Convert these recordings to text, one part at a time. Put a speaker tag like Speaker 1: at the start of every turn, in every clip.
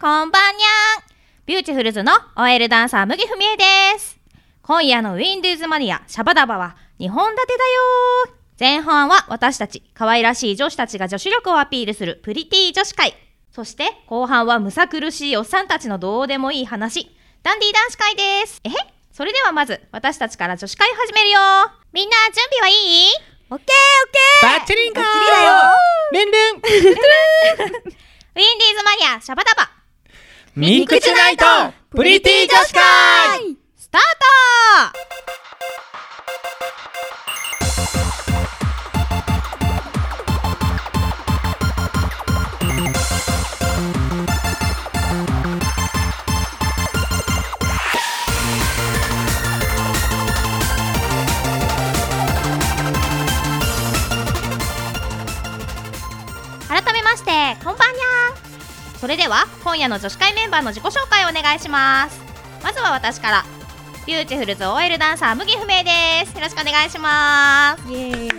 Speaker 1: こんばんにゃんビューティフルズの OL ダンサー麦文江です今夜の Windows マニアシャバダバは2本立てだよ前半は私たち可愛らしい女子たちが女子力をアピールするプリティ女子会そして後半はむさ苦しいおっさんたちのどうでもいい話ダンディ男子会ですえへそれではまず私たちから女子会始めるよみんな準備はいいオッケーオッケ
Speaker 2: バッチリンコ
Speaker 3: バッチ
Speaker 2: ル
Speaker 3: リだよ
Speaker 2: ンルン
Speaker 1: ウィンディーズマニアシャバダバ
Speaker 2: ミクチナイトプリティ女子会
Speaker 1: スタート改めましてこんばんにゃんそれでは今夜の女子会メンバーの自己紹介をお願いしますまずは私からビューティフルズ OL ダンサー麦不明ですよろしくお願いします
Speaker 3: イエーイ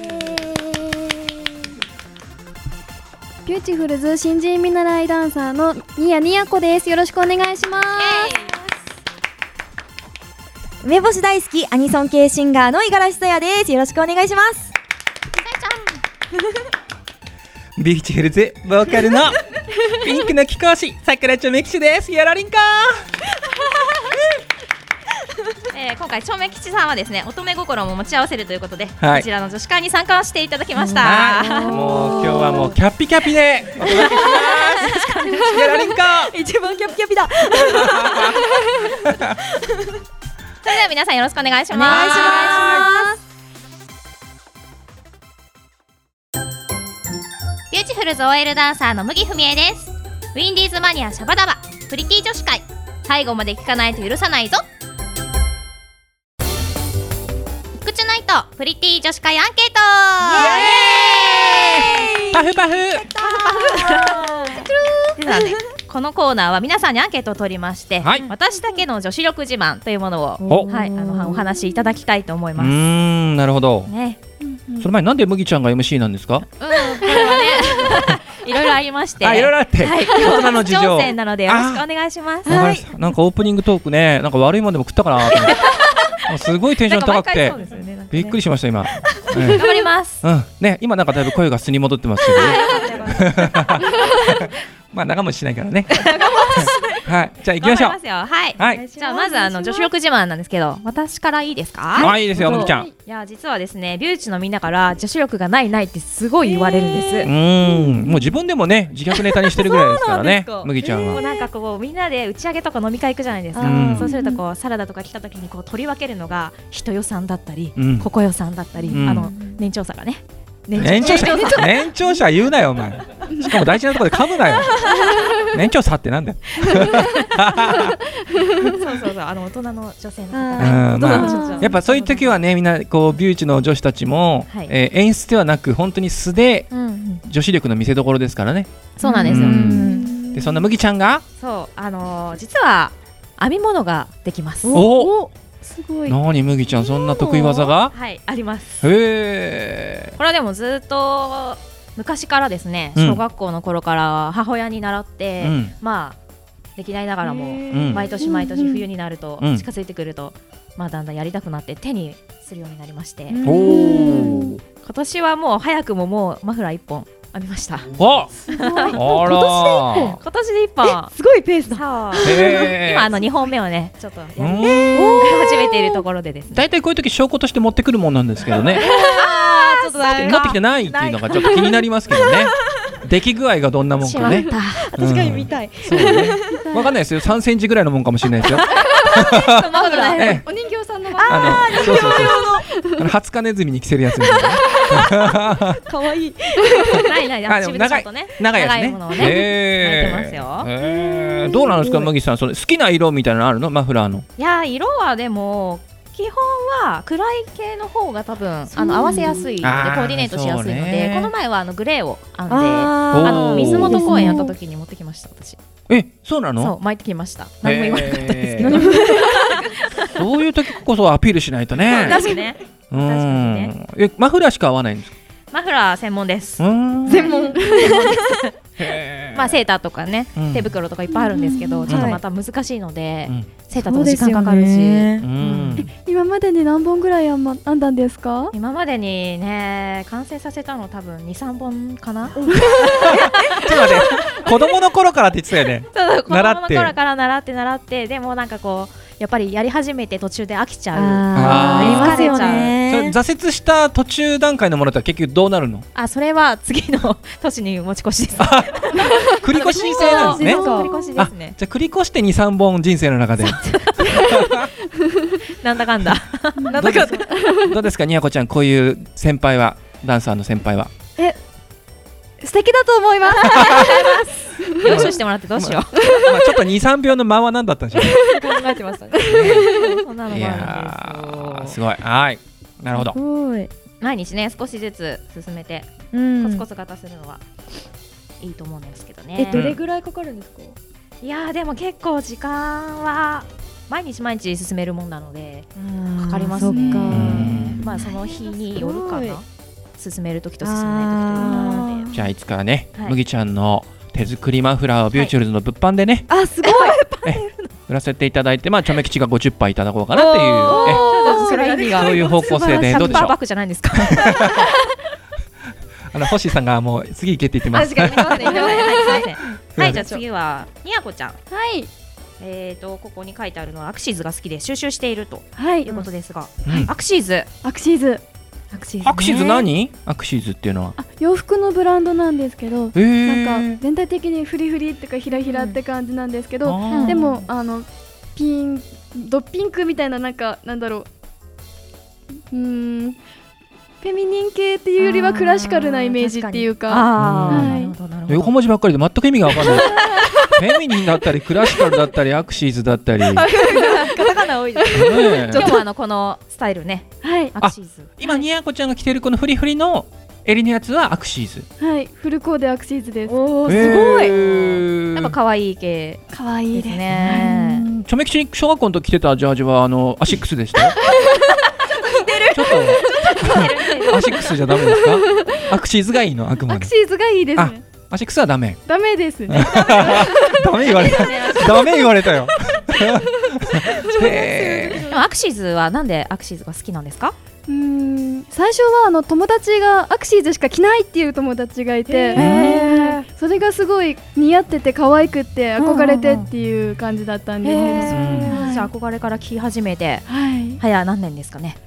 Speaker 3: ビューティフルズ新人見習いダンサーのニヤニヤ子ですよろしくお願いします梅干し大好きアニソン系シンガーの五十嵐さやですよろしくお願いします
Speaker 2: ビーチフルズボーカル のピンクの貴公子桜ちょめきちですよろりんこ
Speaker 1: えー今回、正面吉さんはですね乙女心も持ち合わせるということで、
Speaker 2: はい
Speaker 1: こちらの女子会に参加をしていただきました。
Speaker 2: はい
Speaker 1: よ
Speaker 2: もう今日はもうキャッピキャピでお届けしますよろりんこ
Speaker 3: 一番キャピキャピだ
Speaker 1: それでは皆さんよろしくお願いします。
Speaker 3: お願いします
Speaker 1: ビューティフルズ OL ダンサーの麦文江です。ウィンディーズマニアシャバダバ、プリティ女子会、最後まで聞かないと許さないぞ。菊池ナイト、プリティ女子会アンケート
Speaker 2: パフパフ
Speaker 1: 実 はね、このコーナーは皆さんにアンケートを取りまして、
Speaker 2: はい
Speaker 1: 私だけの女子力自慢というものを、
Speaker 2: おう
Speaker 1: はい、あのお話しいただきたいと思い
Speaker 2: ー
Speaker 1: ます。
Speaker 2: んなるほど
Speaker 1: ね、
Speaker 2: その前になんで麦ちゃんが MC なんですか
Speaker 1: うん、これはね、いろいろありまして。
Speaker 2: あいろいろあって
Speaker 1: はい、
Speaker 2: 大人の事情
Speaker 1: 挑戦なので、よろしくお願いします。
Speaker 2: わかりましたなんかオープニングトークねなんか悪いもんでも食ったかなと思っても うすごいテンション高くて
Speaker 1: なんか毎回そうですよねなんかね
Speaker 2: びっくりしました今、ええ
Speaker 1: 頑張ります。
Speaker 2: うんね今なんかだいぶ声がすに戻ってます けどねまあ長持ちしないからねはいじゃあ行きましょう
Speaker 1: 頑張りますよ。はい。
Speaker 2: はい
Speaker 1: じゃあまずあの女子力自慢なんですけど私からいいですか
Speaker 2: あいいですよむぎちゃん
Speaker 1: いや実はですねビューチのみんなから女子力がないないってすごい言われるんです、
Speaker 2: うーんもう自分でもね自虐ネタにしてるぐらいですか
Speaker 1: そうな
Speaker 2: らね
Speaker 1: んですか
Speaker 2: むぎちゃん
Speaker 1: もう
Speaker 2: は
Speaker 1: なんかこうみんなで打ち上げとか飲み会行くじゃないですか、
Speaker 2: うん
Speaker 1: そうするとこうサラダとか来た時にこう取り分けるのが人予算だったり、
Speaker 2: うん
Speaker 1: ここ予算だったり、
Speaker 2: うん
Speaker 1: あの年長差がね
Speaker 2: 年長者年長者言うなよお前しかも大事なところで噛むなよ年長者ってなんだよ
Speaker 1: そうそうそうあの大人の女性の
Speaker 3: う
Speaker 1: 方が
Speaker 2: う
Speaker 3: ん
Speaker 1: 大
Speaker 2: んまあ
Speaker 1: 人の女性
Speaker 2: やっぱそういう時はねみんなこうビューチの女子たちも、
Speaker 1: はい
Speaker 2: えー演出ではなく本当に素で
Speaker 1: うんうん
Speaker 2: 女子力の見せ所ですからね
Speaker 1: そうなんですよ、
Speaker 2: うん
Speaker 1: うん
Speaker 2: でそんな麦ちゃんが
Speaker 1: そうあのー実は編み物ができます
Speaker 2: お
Speaker 3: すごい
Speaker 2: なに麦ちゃんそんな得意技が
Speaker 1: はいあります
Speaker 2: へ
Speaker 1: これはでもずっと昔からですね
Speaker 2: うん
Speaker 1: 小学校の頃から母親に習って
Speaker 2: え、うん
Speaker 1: まあできないながらも
Speaker 2: うん
Speaker 1: 毎年毎年冬になると、
Speaker 2: うん
Speaker 1: 近づいてくると、まあ、だんだんやりたくなって手にするようになりまして、
Speaker 3: うん
Speaker 2: おー
Speaker 1: 今年はもう早くももうマフラー1本編みました
Speaker 2: ああ
Speaker 3: 今
Speaker 1: 今年で
Speaker 2: ら
Speaker 1: 1本
Speaker 3: すごいペースだ
Speaker 1: さあ
Speaker 2: へー
Speaker 1: 今あの2本目をねちょっとやり
Speaker 2: う
Speaker 1: 始
Speaker 2: ん
Speaker 1: めているところでですね
Speaker 2: 大体こういう時証拠として持ってくるもんなんですけどね
Speaker 1: あーちょっとダメ
Speaker 2: 持ってきてないっていうのがちょっと気になりますけどね出来具合がどんなもん
Speaker 1: し
Speaker 2: か
Speaker 1: まっ
Speaker 2: ね
Speaker 1: た
Speaker 2: 確かに見たいそうねわかんないですよ3センチぐらいのもんかもしれないですよ
Speaker 1: そんなことない
Speaker 2: ええ
Speaker 3: お人形さんの
Speaker 2: あのそうそうそうあのハツカネズミに着せるやつみたいなね
Speaker 3: かわいい
Speaker 1: ないない
Speaker 2: あ
Speaker 1: 自分
Speaker 2: でも
Speaker 1: でち
Speaker 2: 長
Speaker 1: ゃん
Speaker 2: い
Speaker 1: とね
Speaker 2: 長いやつね。
Speaker 1: ものを
Speaker 2: え
Speaker 1: 巻いてますよ
Speaker 2: えーどうなんですか、麦さん、その好きな色みたいなのあるの、マフラーの。
Speaker 1: いやー色はでも基本は暗い系の方が多分
Speaker 3: そう
Speaker 1: あの合わせやすいのでコ
Speaker 2: あー
Speaker 1: ーディネートしやすいので、
Speaker 2: そうね
Speaker 1: この前はあのグレーを編んであ
Speaker 3: あ
Speaker 2: ー
Speaker 1: の
Speaker 2: お
Speaker 1: 水元公園やった
Speaker 3: 時
Speaker 1: 時に持ってきました私
Speaker 2: え、そうなの。
Speaker 1: そう巻いてきました何も言わなかったですけど、
Speaker 2: えー そういう時こそアピールしないとね。
Speaker 1: 確かにね
Speaker 2: う
Speaker 1: かに
Speaker 2: ん
Speaker 1: ね。
Speaker 2: え、マフラーしか合わないんですか。
Speaker 1: マフラー専門です
Speaker 2: う。ーん
Speaker 3: 専門
Speaker 2: へー
Speaker 1: まあセーターとかね、
Speaker 2: うん
Speaker 1: 手袋とかいっぱいあるんですけど、
Speaker 3: ん
Speaker 1: ちょっとまた難しいので、
Speaker 2: うん
Speaker 1: セーターとか時間かかるし、
Speaker 4: そうです
Speaker 2: う
Speaker 4: よね
Speaker 2: ん
Speaker 3: 今までに何本ぐらい編ま編んだんですか
Speaker 1: 今までにね完成させたの多分二三本か な。
Speaker 2: ちょっと待って子供の頃からって言ってたよね
Speaker 1: そう子供
Speaker 2: 習
Speaker 1: の
Speaker 2: って
Speaker 1: 頃から習って習ってでもなんかこうやっぱりやり始めて途中で飽きちゃう。
Speaker 4: あーあり
Speaker 2: あー
Speaker 4: ますよ
Speaker 2: それ
Speaker 4: ね。
Speaker 2: 挫折した途中段階のものとは結局どう なるの
Speaker 1: あそれは次の 年に持ち越しです。
Speaker 2: 繰越し制なんですね
Speaker 3: そう
Speaker 1: 繰り越しで
Speaker 2: あ
Speaker 1: すね。
Speaker 2: じゃあ繰り越して二三本人生の中で
Speaker 1: なんだかんだ。なんだかんだ。
Speaker 2: どうですかにやこちゃんこういう先輩はダンサーの先輩は
Speaker 3: 素敵だと思います
Speaker 1: 練習してもらってどうしよう。
Speaker 2: まあちょっと二三秒の間は何だったんでしょうね
Speaker 1: 考えてましたね。 そんなのもあるんです
Speaker 2: い
Speaker 1: よ
Speaker 2: やーすごいはいなるほど
Speaker 4: すごい。
Speaker 1: 毎日ね少しずつ進めて
Speaker 4: う
Speaker 1: コツ
Speaker 4: ん
Speaker 1: コ。ツ型するのはいいと思うんですけどね。
Speaker 4: えど
Speaker 2: れ
Speaker 4: ぐらいかかるんですか。
Speaker 1: いやーでも結構時間は毎日毎日進めるもんなのでかかりますね
Speaker 4: そっか
Speaker 2: うん
Speaker 1: まあその日によるか
Speaker 4: すご
Speaker 1: な進める時と進めない時というかなので
Speaker 2: じゃあいつからね、
Speaker 1: はい
Speaker 2: 麦ちゃんの手作りマフラーをビューチュールズの物販でね、
Speaker 3: あすごい
Speaker 2: 売らせていただいて、まあ、チョメ吉が50杯いただこうかなっていう、え
Speaker 1: ちょっとそれは意味が
Speaker 2: そういう方向性でどうでし
Speaker 1: 100%
Speaker 2: ょう
Speaker 1: バックじゃないんです か
Speaker 2: あの星さんがもう次行けって言ってます。
Speaker 1: かにすいませんはいすいませんはい
Speaker 2: すいません
Speaker 1: じゃあ次はにやこちゃん
Speaker 3: はい
Speaker 1: えーとここに書いてあるのはアクシーズが好きで収集していると
Speaker 3: はい
Speaker 1: いうことですが
Speaker 2: うん
Speaker 1: アクシーズ
Speaker 3: アクシーズ
Speaker 1: アクシー
Speaker 2: アクシーズ何アクシーズっていうのは。
Speaker 3: あ洋服のブランドなんですけど
Speaker 2: えー、
Speaker 3: なんか全体的にフリフリってかヒラヒラって感じなんですけ
Speaker 2: あ
Speaker 3: ど、
Speaker 2: ー
Speaker 3: でもあのピンドピンクみたいななんかなんだろううーんフェミニン系っていうよりはクラシカルなイメージっていうか
Speaker 1: あ
Speaker 2: う
Speaker 1: ー
Speaker 2: ん
Speaker 1: なるほどなるほど
Speaker 2: 横文字ばっかりで全く意味が分かん ない。フェミニンだったり、クラシカルだったり、アクシーズだったり。 ね
Speaker 1: カタカナ多いです
Speaker 2: え
Speaker 1: 今日はあのこのスタイルね
Speaker 3: はい
Speaker 1: アクシーズ
Speaker 2: 今、にやこちゃんが着てるこのフリフリの襟のやつはアクシーズ。
Speaker 3: はいフルコーデアクシーズです
Speaker 1: おお
Speaker 2: えー
Speaker 1: やっぱ可愛い系
Speaker 3: 可愛
Speaker 1: で
Speaker 3: いい
Speaker 1: す
Speaker 3: です
Speaker 1: ね。
Speaker 2: チョメ吉小学校の時着てたジャージはあのアシックスでしたよ。 ちょっと似てる。アシックスじゃダメですか？アクシーズがいいのあくま
Speaker 3: アク
Speaker 2: で。
Speaker 3: シーズがいいですね
Speaker 2: アシックスはダメ。
Speaker 3: ダメですね
Speaker 2: ダメ言われた。ダメ言われた よ。へ
Speaker 1: でもアクシーズはなんでアクシーズが好きなんですか？
Speaker 3: うーん最初はあの友達がアクシーズしか着ないっていう友達がいて
Speaker 1: へ
Speaker 3: それがすごい似合ってて可愛くって憧れてっていう感じだったんですけど
Speaker 2: ーうん
Speaker 1: じゃあ憧れから聞き始めて
Speaker 3: はい
Speaker 1: 早何年ですかね。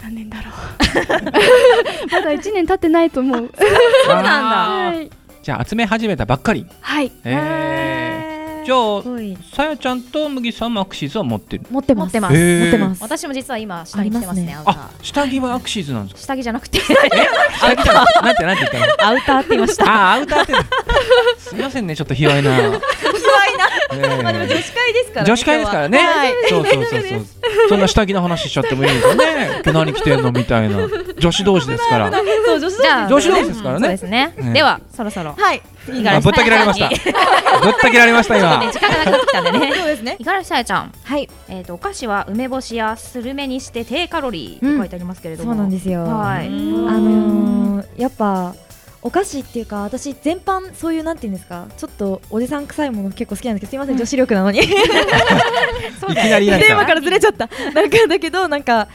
Speaker 3: 何年だろうまだ1年経ってないと思う
Speaker 2: そう
Speaker 1: なんだ
Speaker 3: はい
Speaker 2: じゃあ集め始めたばっかり。
Speaker 3: はい
Speaker 2: へーじ
Speaker 1: ゃ
Speaker 2: ゃ
Speaker 4: す
Speaker 2: あ
Speaker 4: ごい。
Speaker 2: さやちゃんと麦さんもアクシーズは持ってる。
Speaker 4: 持って
Speaker 1: 持
Speaker 4: ま
Speaker 1: っ
Speaker 4: す。
Speaker 1: てま
Speaker 2: へ
Speaker 1: す。
Speaker 2: ー
Speaker 4: 持ってます。
Speaker 1: 私も実は今下に着てますね。アウター
Speaker 2: あ、下着はアクシーズなんですか？
Speaker 1: 下着じゃなくて
Speaker 2: 下着じゃななんてなんて言った の？
Speaker 1: アウターって言いました。
Speaker 2: あ、アウターって。すみませんね、ちょっと卑猥な。卑猥な。
Speaker 1: 子会です
Speaker 2: 女子会ですからね。そうそうそうそう。そんな下着の話しちゃってもいいですよね。今日何着てんのみたいな。女子同士ですから。あ
Speaker 4: そう女子
Speaker 1: じゃあ
Speaker 2: 女子同士ですからね
Speaker 1: そうです
Speaker 2: ね
Speaker 1: ね。ではそろそろ
Speaker 4: はい。次から。
Speaker 2: ぶった切られました。ぶ
Speaker 1: ち
Speaker 2: った切られました
Speaker 1: ょ っとね
Speaker 2: 今。
Speaker 1: 時間がなくなってきたんでね。
Speaker 4: そうですね。
Speaker 1: 五十嵐さやちゃん、
Speaker 4: はい。
Speaker 1: えー、とお菓子は梅干しやスルメにして低カロリーって書いてありますけれども、
Speaker 4: そうなんですよ。
Speaker 1: はい、
Speaker 4: あのー、やっぱお菓子っていうか私全般そういうなんていうんですかちょっとおじさん臭いもの結構好きなんですけどすいません女子力なのにテ
Speaker 2: いきなりなん
Speaker 4: ーマ
Speaker 2: か。
Speaker 4: からずれちゃったなんかだけどなんか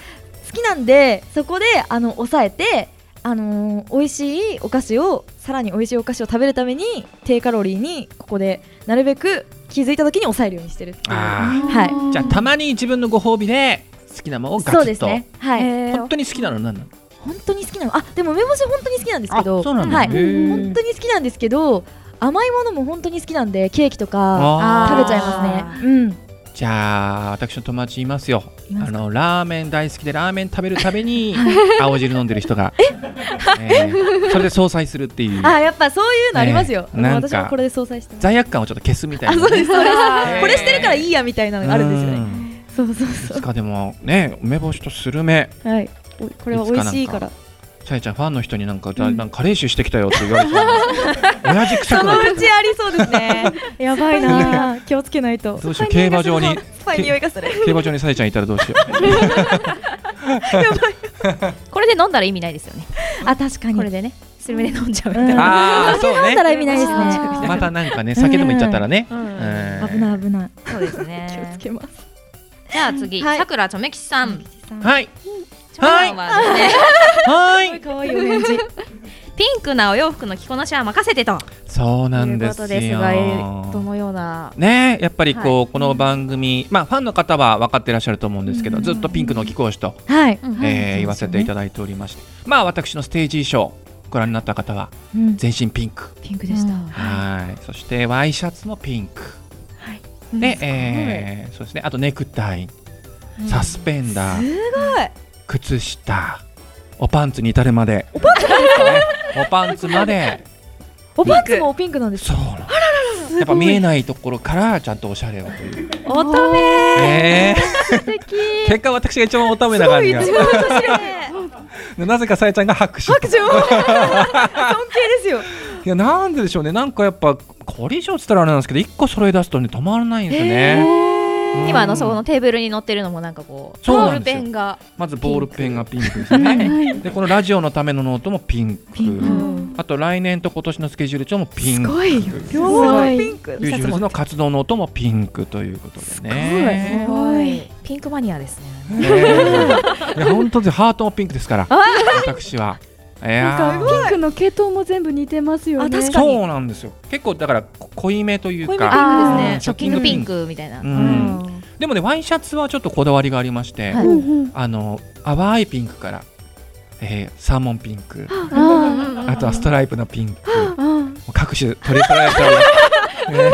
Speaker 4: 好きなんでそこであの抑えてあのー、美味しいお菓子をさらに美味しいお菓子を食べるために低カロリーにここでなるべく気づいた時に抑えるようにしてるっていう
Speaker 2: あ
Speaker 4: はい
Speaker 2: ーじゃあたまに自分のご褒美で好きなものをガツッと。
Speaker 4: そうですねはい、
Speaker 3: えー
Speaker 2: 本当に好きなの何なの？
Speaker 4: 本当に好きなのあでも梅干し本当に好きなんですけど
Speaker 2: あそうなんだ
Speaker 4: はい
Speaker 2: へー
Speaker 4: 本当に好きなんですけど甘いものも本当に好きなんでケーキとか
Speaker 2: あー
Speaker 4: 食べちゃいますねうん
Speaker 2: じゃあ私の友達いますよ
Speaker 4: います
Speaker 2: あのラーメン大好きでラーメン食べるたびに青汁飲んでる人がえーそれで相殺するっていう
Speaker 4: あやっぱそういうのありますよ、
Speaker 2: ねなんか
Speaker 4: 私もこれで相殺して ます
Speaker 2: 罪悪感をちょっと消すみた
Speaker 4: あ
Speaker 2: い
Speaker 4: そ
Speaker 2: な
Speaker 4: うですそうです、
Speaker 2: ー
Speaker 4: これしてるからいいやみたいなのがあるんですよね
Speaker 2: ね
Speaker 4: そうそう
Speaker 2: い
Speaker 4: そ
Speaker 2: つかでもね梅干しとスルメ
Speaker 4: うはいおこれは美味しいから
Speaker 2: さやちゃんファンの人になんか,、だ
Speaker 4: うん
Speaker 2: なんかカレー臭してきたよって言われて 親父臭
Speaker 4: そ
Speaker 2: くな
Speaker 4: の
Speaker 2: っ
Speaker 4: うちありそうですね やばいな気をつけないと
Speaker 2: どうしよう競馬場に
Speaker 4: スパイの匂いがする
Speaker 2: 競馬場にさやちゃんいたらどうしよう
Speaker 1: これで飲んだら意味ないですよね
Speaker 4: あ確かに
Speaker 1: これでねスルメで飲んじゃうみ
Speaker 4: うん
Speaker 1: たいな、
Speaker 2: ああそう
Speaker 4: 飲ん
Speaker 2: ね
Speaker 4: だら意味ないですね
Speaker 3: あ
Speaker 2: またなんかね酒でも行っちゃったらね、
Speaker 1: うん
Speaker 2: うん
Speaker 4: 危ない危ない
Speaker 1: そうです
Speaker 3: 気を
Speaker 1: ね
Speaker 3: つけます
Speaker 1: じゃあ次
Speaker 4: はい
Speaker 1: さくらちょめきちさんちょめ
Speaker 2: はい
Speaker 1: きさんはね
Speaker 2: はーい
Speaker 4: 可愛いオレンジ
Speaker 1: ピンクなお洋服の着こなしは任せてと
Speaker 2: そうなんですよ
Speaker 1: ということですがどのような
Speaker 2: ねやっぱりこう、この番組、まあ、ファンの方は分かってらっしゃると思うんですけど、
Speaker 1: うん
Speaker 2: ずっとピンクの貴公子と、
Speaker 4: はい
Speaker 1: うん
Speaker 2: えー
Speaker 4: はい
Speaker 2: 言わせていただいておりまして、まあ、私のステージ衣装ご覧になった方は
Speaker 4: うん
Speaker 2: 全身ピンク、
Speaker 4: ピンクでした
Speaker 1: うん
Speaker 2: はいそしてワイシャツもピンクで,、えーそうですね、あとネクタイ
Speaker 1: うん
Speaker 2: サスペンダー、
Speaker 4: ごい
Speaker 2: 靴下おパンツに至るまでおパンツ,、おパンツま で
Speaker 4: おパンツもピンクなんです
Speaker 2: そうなんですやっぱ見えないところからちゃんとおしゃれをという。
Speaker 1: 乙女
Speaker 2: ねえ結果私が一番乙女な感じが
Speaker 4: すごい一番年上
Speaker 2: なぜかさえちゃんが拍手
Speaker 4: 白状尊敬ですよ
Speaker 2: いやなんででしょうねなんかやっぱこれ以上つったらあれなんですけど一個揃え出すとね止まらないんですよね、うん
Speaker 1: 今あのそこのテーブルに乗ってるのもなんかこう
Speaker 2: そう
Speaker 1: ボー
Speaker 2: な
Speaker 1: ル
Speaker 2: んです
Speaker 1: ペ
Speaker 2: よ
Speaker 1: ンが
Speaker 2: まずボールペンがピンクですねでこのラジオのためのノートもピンク
Speaker 4: ピンク
Speaker 1: うん
Speaker 2: あと来年と今年のスケジュール帳もピンク
Speaker 3: すごいよ
Speaker 4: 両
Speaker 3: 方
Speaker 4: 方
Speaker 3: の
Speaker 4: の
Speaker 3: ピ
Speaker 4: ピンク
Speaker 2: ユージューズの活動ノートもピンクということです
Speaker 1: す
Speaker 2: ね
Speaker 1: ごいピンクマニアですね
Speaker 2: ねえいや本当にハートもピンクですから私は。いや
Speaker 3: なん
Speaker 2: ー
Speaker 3: かピンクの系統も全部似てますよね
Speaker 4: あ確かに
Speaker 2: そうなんですよ結構だからこ濃いめという
Speaker 4: 濃いめ
Speaker 2: か
Speaker 1: あ
Speaker 4: あ
Speaker 1: あ
Speaker 4: ー
Speaker 1: ですねシ
Speaker 2: シ
Speaker 1: ョ
Speaker 2: ョ
Speaker 1: ッ
Speaker 2: ッ
Speaker 1: キ
Speaker 2: キ
Speaker 1: ン
Speaker 2: ン
Speaker 1: グ
Speaker 2: グ
Speaker 1: ピ
Speaker 2: ピ
Speaker 1: ン
Speaker 2: ン
Speaker 1: クみたいな、
Speaker 2: う
Speaker 1: うん
Speaker 2: んでもねワイシャツはちょっとこだわりがありまして、
Speaker 1: はい
Speaker 3: うんうん
Speaker 2: あの淡いピンクから、えーサーモンピンク
Speaker 1: あ
Speaker 2: あとはストライプのピンクも
Speaker 3: あ
Speaker 2: う各種取り揃えております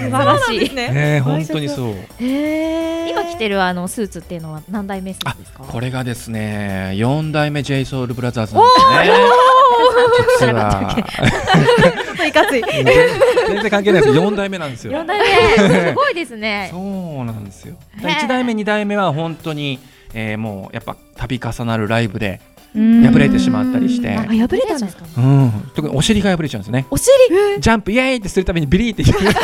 Speaker 1: 素
Speaker 2: ね
Speaker 1: 晴らしい、
Speaker 2: ねね本当にそう
Speaker 1: 今着て
Speaker 4: る
Speaker 1: るあのスーツっていうのは何代目スーツですか
Speaker 2: これがですね4代目 j s o u l b r o t h e r s なんですね実は
Speaker 4: ちょっといかつい
Speaker 2: 全然関係ないです4代目なんですよ
Speaker 1: 4代目 すごいですね
Speaker 2: そうなんですよ
Speaker 1: へー
Speaker 2: 1代目2代目は本当に、えーもうやっぱ度重なるライブで
Speaker 4: 破
Speaker 2: 破れてしまったりして
Speaker 4: あ破れたんですか
Speaker 1: か
Speaker 2: うん特にお尻が破れちゃうんですね
Speaker 4: お尻
Speaker 2: ジャンプイエーイってするためにビリーって言う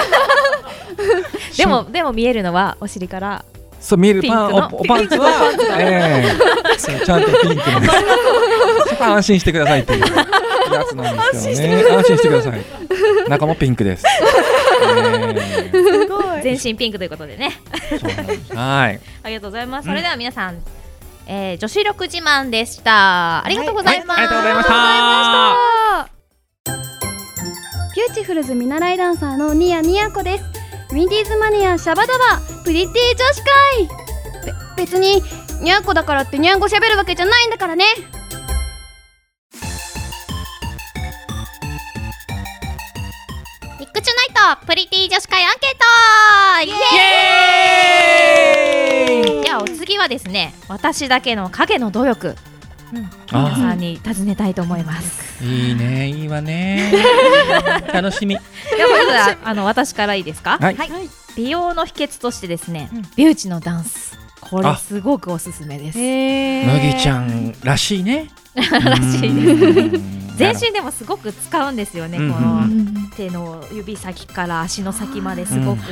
Speaker 1: でもでも見えるのはお尻から
Speaker 2: そう見えるパン
Speaker 1: ピンクの
Speaker 2: おおパンツはええそうちゃんとピンクなんですそこは安心してくださいっていうやつなんですよね安心してください中もピンクです、え
Speaker 4: すご
Speaker 1: 全身ピンクということでね
Speaker 2: えそうなんですはい
Speaker 1: ありがとうございますそれでは皆さん、えー女子力自慢でしたありがとうございます、
Speaker 2: はいありがとうございました
Speaker 5: ビューティフルズ見習いダンサーのニヤニヤコですウィンディーズマニアシャバダバプリティ女子会べ別にニャンコだからってニャンコ喋るわけじゃないんだからね
Speaker 1: ビッグチュナイトプリティ女子会アンケートイエーイじゃあお次はですね私だけの影の努力皆さ
Speaker 2: あ
Speaker 1: んに尋ねたいと思います
Speaker 2: ーいいねいい わね楽しみ
Speaker 1: ではまずは あの私からいいですか
Speaker 2: はい
Speaker 1: 美容の秘訣としてですね、
Speaker 4: うん
Speaker 1: ビューチのダンスこれ
Speaker 2: あ
Speaker 1: すごくおすすめです
Speaker 2: 麦ちゃんらしいね
Speaker 1: らしいです
Speaker 2: うん
Speaker 1: 全身でもすごく使うんですよね、
Speaker 2: うん
Speaker 1: こ
Speaker 2: うんう
Speaker 1: の
Speaker 2: ん
Speaker 1: 手の指先から足の先まですごく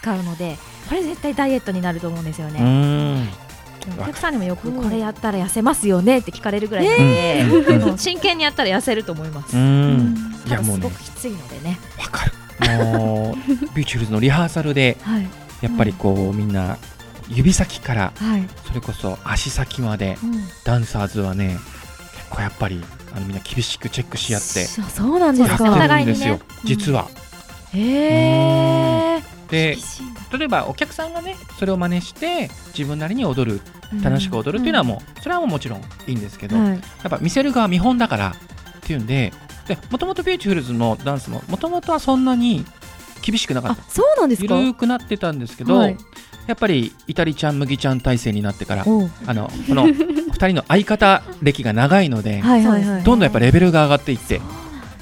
Speaker 1: 使うので、これ絶対ダイエットになると思うんですよ
Speaker 2: う
Speaker 1: ね、
Speaker 2: ん
Speaker 1: お客さんにもよくこれやったら痩せますよねって聞かれるぐらいなので、
Speaker 2: うん
Speaker 1: もう真剣にやったら痩せると思います、
Speaker 2: うんい
Speaker 1: た
Speaker 2: や
Speaker 1: だ
Speaker 2: もう
Speaker 1: すご
Speaker 2: ね
Speaker 1: くきついのでね
Speaker 2: わかるもうビューチュールズのリハーサルで
Speaker 4: はい
Speaker 2: やっぱりこうみんな指先から
Speaker 4: はい
Speaker 2: それこそ足先までダンサーズはね結構やっぱりあのみんな厳しくチェックし合って
Speaker 4: そそうなんです
Speaker 1: そうで
Speaker 2: や
Speaker 1: す
Speaker 2: っ
Speaker 4: か
Speaker 2: てるんですよ
Speaker 1: お互いにね
Speaker 2: 実は。
Speaker 4: へえ
Speaker 2: で
Speaker 4: しいんだ
Speaker 2: 例えばお客さんがねそれを真似して自分なりに踊る楽しく踊るっていうのはもうそれはもうもちろんいいんですけどやっ
Speaker 4: はい
Speaker 2: ぱ見せる側見本だからっていうんででもともとビューティフルズのダンスももともとはそんなに厳しくなかっ
Speaker 4: あ
Speaker 2: た
Speaker 4: そうなんです
Speaker 2: ゆ
Speaker 4: か
Speaker 2: るーくなってたんですけど、
Speaker 4: はい
Speaker 2: やっぱりイタリちゃん麦ちゃん体制になってから
Speaker 4: おう
Speaker 2: あのこの2人の相方歴が長いので、
Speaker 4: はい
Speaker 1: そう
Speaker 4: は
Speaker 1: で
Speaker 4: い
Speaker 1: す
Speaker 4: は
Speaker 1: ね
Speaker 4: い
Speaker 2: どんどんやっぱレベルが上がっていって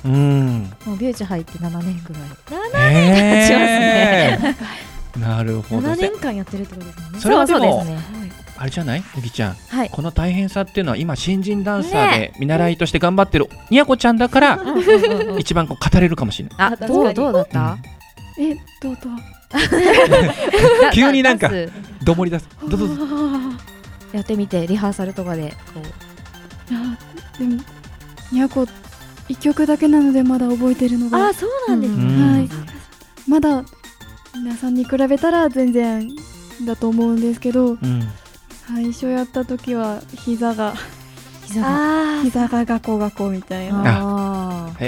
Speaker 2: うん
Speaker 4: もうビューチ入って7年ぐらい
Speaker 2: ええなるほど
Speaker 4: 7
Speaker 2: で
Speaker 4: 年間やってるってことですもんね
Speaker 2: それはでも
Speaker 1: そうですね
Speaker 2: あれじゃない麦ちゃん、
Speaker 4: はい
Speaker 2: この大変さっていうのは今新人ダンサー
Speaker 1: ね
Speaker 2: で見習いとして頑張ってるにやこちゃんだから
Speaker 1: うんうんうん
Speaker 2: 一番こう語れるかもしれない。
Speaker 1: あどうどうだっ
Speaker 2: う
Speaker 1: た
Speaker 2: ん、
Speaker 3: えどうと
Speaker 1: だ
Speaker 2: 急になんか
Speaker 1: ダンス
Speaker 2: どもり出すどうぞどうぞ
Speaker 3: は
Speaker 4: やってみてリハーサルとかでこう
Speaker 3: あでもにゃこ一曲だけなのでまだ覚えてるのが
Speaker 4: あそうなんです
Speaker 2: う
Speaker 4: ね、
Speaker 2: ん
Speaker 3: はいまだ皆さんに比べたら全然だと思うんですけど
Speaker 2: うん
Speaker 3: 最初やった時は膝が
Speaker 4: 膝が
Speaker 3: あ膝がガコガコみたいな
Speaker 4: あー
Speaker 2: へ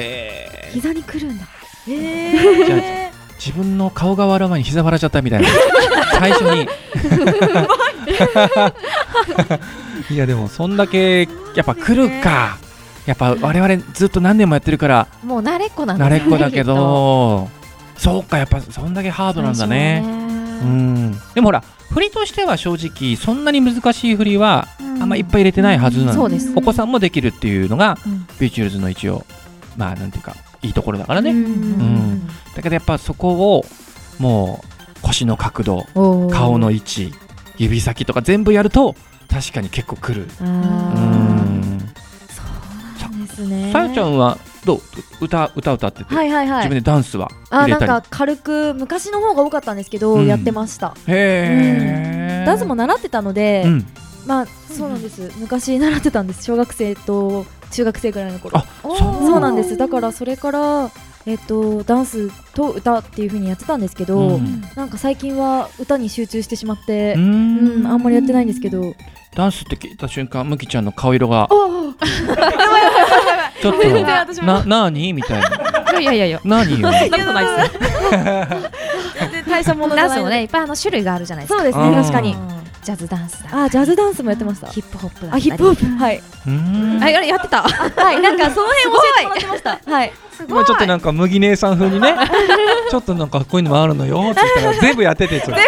Speaker 2: え
Speaker 4: 膝にくるんだへ
Speaker 2: じゃあ
Speaker 4: え
Speaker 2: 自分の顔が笑う前に膝笑っちゃった みたいな最初に いやでもそんだけやっぱ来るかやっぱ我々ずっと何年もやってるから
Speaker 1: もう慣れっこなん
Speaker 2: 慣
Speaker 1: だ
Speaker 2: れっこだけどそうかやっぱそんだけハードなんだねうんでもほら振りとしては正直そんなに難しい振りはあんまいっぱい入れてないはずな
Speaker 1: そ
Speaker 2: の
Speaker 1: うです
Speaker 2: お子さんもできるっていうのが
Speaker 4: うん
Speaker 2: ビーチュールズの一応まあなんていうかいいところだからね
Speaker 4: うん
Speaker 2: だけどやっぱそこをもう腰の角度
Speaker 4: おー
Speaker 2: 顔の位置指先とか全部やると確かに結構くるう
Speaker 4: あ
Speaker 2: ん
Speaker 4: ーそうなんですね
Speaker 2: さやちゃんはどう歌歌歌ってて、
Speaker 4: はいはいは
Speaker 2: 自分で
Speaker 4: い
Speaker 2: ダンスは
Speaker 4: あ
Speaker 2: 入
Speaker 4: ー
Speaker 2: れ
Speaker 4: なん
Speaker 2: たり
Speaker 4: か軽く昔の方が多かったんですけど、
Speaker 2: うん
Speaker 4: やってました
Speaker 2: へえ、
Speaker 4: ダンスも習ってたので、
Speaker 2: うん
Speaker 4: まあそうなんです、昔習ってたんです小学生と中学生ぐらいの頃
Speaker 2: あそう
Speaker 4: そうなんですだからそれからえっとダンスと歌っていう風にやってたんですけど、
Speaker 2: うん
Speaker 4: なんか最近は歌に集中してしまっ
Speaker 2: う
Speaker 4: て、うん
Speaker 2: ん
Speaker 4: あんまりやってないんですけど
Speaker 2: ダンスって聞いた瞬間むきちゃんの顔色がちょっ
Speaker 3: やばいやばい
Speaker 2: とななにみたいな
Speaker 1: いやいやいや
Speaker 2: なによ
Speaker 1: そんなことないです
Speaker 4: 大したも
Speaker 1: ダンスもねいっぱいあの種類があるじゃないです
Speaker 4: そ
Speaker 1: か
Speaker 4: うです
Speaker 2: う
Speaker 4: ね
Speaker 2: ん
Speaker 4: 確かに
Speaker 1: うんジャズダンスだ
Speaker 4: あジャズダンスもやってました
Speaker 1: ヒップホップだ
Speaker 4: あヒップホップはい
Speaker 2: うん
Speaker 1: ああれやってた
Speaker 4: はいなんかその辺教えてもらってましたはい
Speaker 2: まあちょっとなんか麦姉さん風にねちょっとなんかこういうのもあるのよって言ったら全部やっててちょっ